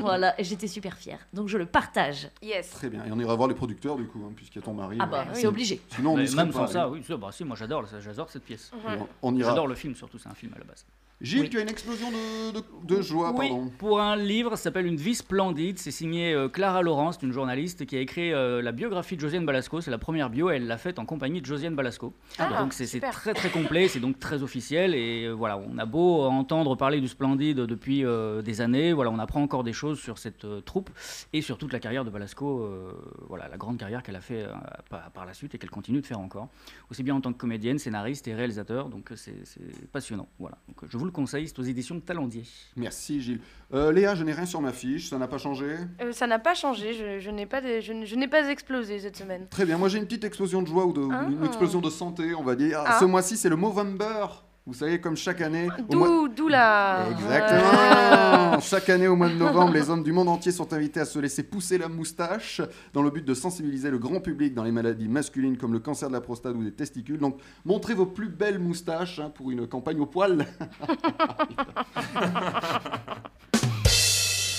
[SPEAKER 10] voilà, et j'étais super fière. Donc je le partage.
[SPEAKER 6] Yes.
[SPEAKER 2] Très bien. Et on ira voir les producteurs du coup, hein, puisqu'il y a ton mari.
[SPEAKER 10] Ah bah,
[SPEAKER 2] euh,
[SPEAKER 10] c'est
[SPEAKER 2] sinon-
[SPEAKER 10] obligé.
[SPEAKER 2] Sinon, on n'y
[SPEAKER 5] Mais
[SPEAKER 2] serait
[SPEAKER 5] Même
[SPEAKER 2] pas
[SPEAKER 5] sans ça,
[SPEAKER 2] allé.
[SPEAKER 5] oui, ça, bah, si, moi j'adore, ça, j'adore cette pièce.
[SPEAKER 2] On, on ira.
[SPEAKER 5] J'adore le film, surtout, c'est un film à la base.
[SPEAKER 2] Gilles,
[SPEAKER 5] Oui.
[SPEAKER 2] tu as une explosion de, de- de joie,
[SPEAKER 5] Oui,
[SPEAKER 2] pardon.
[SPEAKER 5] pour un livre, ça s'appelle Une vie splendide. C'est signé euh, Clara Laurence, une journaliste qui a écrit euh, la biographie de Josiane Balasco. C'est la première bio, et elle l'a faite en compagnie de Josiane Balasco.
[SPEAKER 6] Ah,
[SPEAKER 5] donc c'est c'est
[SPEAKER 6] super.
[SPEAKER 5] très très complet, c'est donc très officiel. Et euh, voilà, on a beau entendre parler du splendide depuis euh, des années. Voilà, on apprend encore des choses sur cette euh, troupe et sur toute la carrière de Balasco. euh, voilà, la grande carrière qu'elle a fait euh, par, par la suite et qu'elle continue de faire encore. Aussi bien en tant que comédienne, scénariste et réalisateur. Donc euh, c'est c'est passionnant. Voilà, donc euh, je vous le conseille, c'est aux éditions de Talendier.
[SPEAKER 2] Merci Gilles. Euh, Léa, je n'ai rien sur ma fiche, ça n'a pas changé.
[SPEAKER 6] Euh, ça n'a pas changé. Je, je n'ai pas, de- je, n- je n'ai pas explosé cette semaine.
[SPEAKER 2] Très bien, moi j'ai une petite explosion de joie ou de,
[SPEAKER 6] Ah.
[SPEAKER 2] une explosion de santé, on va dire.
[SPEAKER 6] Ah.
[SPEAKER 2] Ce mois-ci, c'est le Movember. Vous savez, comme chaque année. au mois-
[SPEAKER 6] D'où, d'où la.
[SPEAKER 2] Exactement. Chaque année au mois de novembre, les hommes du monde entier sont invités à se laisser pousser la moustache dans le but de sensibiliser le grand public dans les maladies masculines comme le cancer de la prostate ou des testicules. Donc montrez vos plus belles moustaches hein, pour une campagne au poil.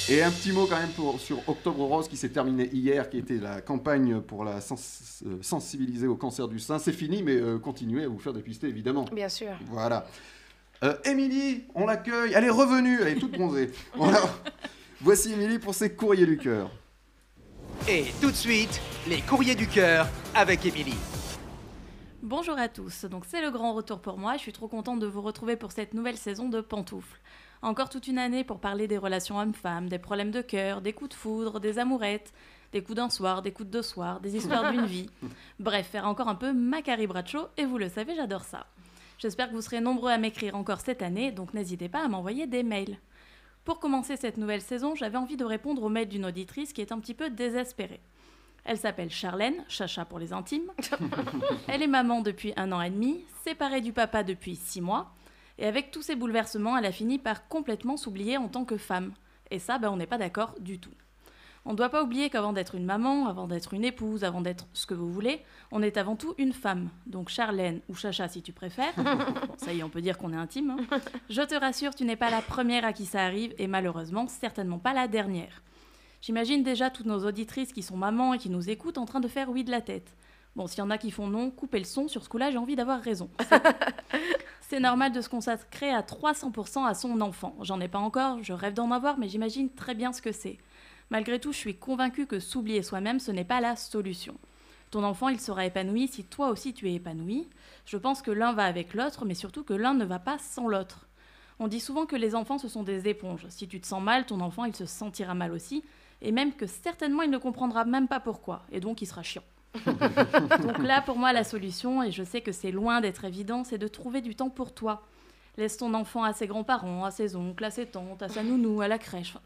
[SPEAKER 2] Et un petit mot quand même pour, sur Octobre Rose qui s'est terminé hier, qui était la campagne pour la sens- euh, sensibiliser au cancer du sein. C'est fini, mais euh, continuez à vous faire dépister évidemment.
[SPEAKER 6] Bien sûr.
[SPEAKER 2] Voilà. Euh, Émilie, on l'accueille. Elle est revenue, elle est toute bronzée. On la- Voici Émilie pour ses courriers du cœur.
[SPEAKER 1] Et tout de suite, les courriers du cœur avec Émilie.
[SPEAKER 4] Bonjour à tous, donc c'est le grand retour pour moi, je suis trop contente de vous retrouver pour cette nouvelle saison de Pantoufles. Encore toute une année pour parler des relations hommes-femmes, des problèmes de cœur, des coups de foudre, des amourettes, des coups d'un soir, des coups de deux soirs, des histoires d'une vie. Bref, faire encore un peu Macari Bracho, et vous le savez, j'adore ça. J'espère que vous serez nombreux à m'écrire encore cette année, donc n'hésitez pas à m'envoyer des mails. Pour commencer cette nouvelle saison, j'avais envie de répondre au mail d'une auditrice qui est un petit peu désespérée. Elle s'appelle Charlène, Chacha pour les intimes. Elle est maman depuis un an et demi, séparée du papa depuis six mois, et avec tous ces bouleversements, elle a fini par complètement s'oublier en tant que femme. Et ça, ben, on n'est pas d'accord du tout. On ne doit pas oublier qu'avant d'être une maman, avant d'être une épouse, avant d'être ce que vous voulez, on est avant tout une femme. Donc Charlène ou Chacha si tu préfères, Bon, ça y est, on peut dire qu'on est intime. hein. Je te rassure, tu n'es pas la première à qui ça arrive et malheureusement certainement pas la dernière. J'imagine déjà toutes nos auditrices qui sont mamans et qui nous écoutent en train de faire oui de la tête. Bon, s'il y en a qui font non, coupez le son, sur ce coup-là, j'ai envie d'avoir raison. C'est- C'est normal de se consacrer à 300% à son enfant. J'en ai pas encore, je rêve d'en avoir, mais j'imagine très bien ce que c'est. Malgré tout, je suis convaincue que s'oublier soi-même, ce n'est pas la solution. Ton enfant, il sera épanoui si toi aussi tu es épanoui. Je pense que l'un va avec l'autre, mais surtout que l'un ne va pas sans l'autre. On dit souvent que les enfants, ce sont des éponges. Si tu te sens mal, ton enfant, il se sentira mal aussi, et même que certainement, il ne comprendra même pas pourquoi, et donc il sera chiant. Donc là, pour moi, la solution, et je sais que c'est loin d'être évident, c'est de trouver du temps pour toi. Laisse ton enfant à ses grands-parents, à ses oncles, à ses tantes, à sa nounou, à la crèche, enfin,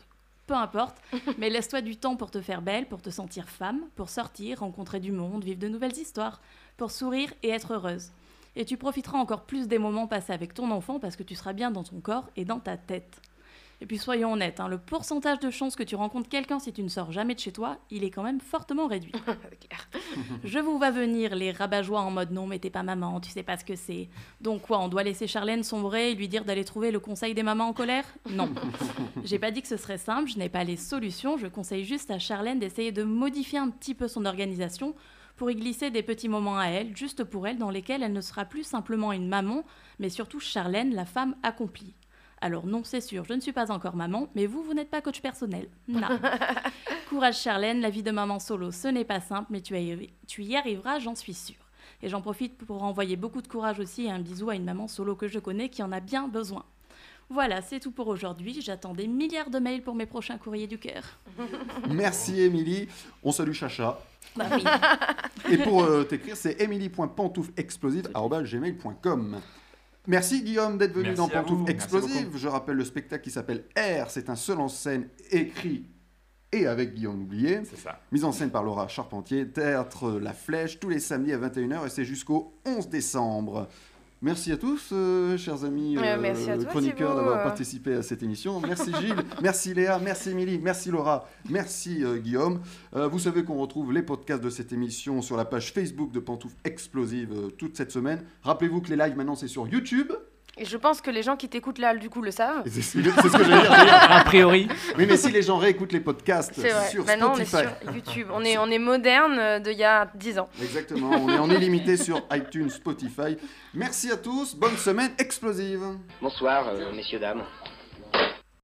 [SPEAKER 4] peu importe, mais laisse-toi du temps pour te faire belle, pour te sentir femme, pour sortir, rencontrer du monde, vivre de nouvelles histoires, pour sourire et être heureuse. Et tu profiteras encore plus des moments passés avec ton enfant parce que tu seras bien dans ton corps et dans ta tête. Et puis soyons honnêtes, hein, le pourcentage de chances que tu rencontres quelqu'un si tu ne sors jamais de chez toi, il est quand même fortement réduit. Je vous vois venir les rabat-joie en mode non, mais t'es pas maman, tu sais pas ce que c'est. Donc quoi, on doit laisser Charlène sombrer et lui dire d'aller trouver le conseil des mamans en colère Non. J'ai pas dit que ce serait simple, je n'ai pas les solutions, je conseille juste à Charlène d'essayer de modifier un petit peu son organisation pour y glisser des petits moments à elle, juste pour elle, dans lesquels elle ne sera plus simplement une maman, mais surtout Charlène, la femme accomplie. Alors non, c'est sûr, je ne suis pas encore maman, mais vous, vous n'êtes pas coach personnel. Non. Courage Charlène, la vie de maman solo, ce n'est pas simple, mais tu, y- tu y arriveras, j'en suis sûre. Et j'en profite pour envoyer beaucoup de courage aussi et un bisou à une maman solo que je connais qui en a bien besoin. Voilà, c'est tout pour aujourd'hui. J'attends des milliards de mails pour mes prochains courriers du cœur.
[SPEAKER 2] Merci Émilie. On salue Chacha.
[SPEAKER 8] Bah oui.
[SPEAKER 2] Et pour euh, t'écrire, c'est emily.pantouflexplosive.com. Merci Guillaume d'être venu
[SPEAKER 3] Merci
[SPEAKER 2] dans
[SPEAKER 3] à vous.
[SPEAKER 2] Pantoufles
[SPEAKER 3] Merci
[SPEAKER 2] Explosives.
[SPEAKER 3] beaucoup.
[SPEAKER 2] Je rappelle le spectacle qui s'appelle Air. C'est un seul en scène écrit et avec Guillaume Oublié.
[SPEAKER 3] C'est ça.
[SPEAKER 2] Mise en scène par Laura Charpentier, théâtre La Flèche, tous les samedis à 21h et c'est jusqu'au 11 décembre. Merci à tous, euh, chers amis
[SPEAKER 6] Ouais,
[SPEAKER 2] euh,
[SPEAKER 6] merci à toi,
[SPEAKER 2] chroniqueurs,
[SPEAKER 6] Thibaut,
[SPEAKER 2] d'avoir
[SPEAKER 6] euh.
[SPEAKER 2] participé à cette émission. Merci Gilles, merci Léa, merci Émilie, merci Laura, merci euh, Guillaume. Euh, vous savez qu'on retrouve les podcasts de cette émission sur la page Facebook de Pantoufles Explosive euh, toute cette semaine. Rappelez-vous que les lives maintenant c'est sur YouTube.
[SPEAKER 6] Et je pense que les gens qui t'écoutent là, du coup, le savent.
[SPEAKER 2] Et C'est c'est ce que j'allais dire. d'ailleurs.
[SPEAKER 5] A priori.
[SPEAKER 2] Oui, mais si les gens réécoutent les podcasts
[SPEAKER 6] C'est vrai.
[SPEAKER 2] sur
[SPEAKER 6] Maintenant, on est
[SPEAKER 2] Spotify.
[SPEAKER 6] sur YouTube. On est, on est moderne euh, d'il y a 10 ans.
[SPEAKER 2] Exactement, on est en illimité sur iTunes, Spotify. Merci à tous, bonne semaine explosive.
[SPEAKER 7] Bonsoir, euh, messieurs, dames.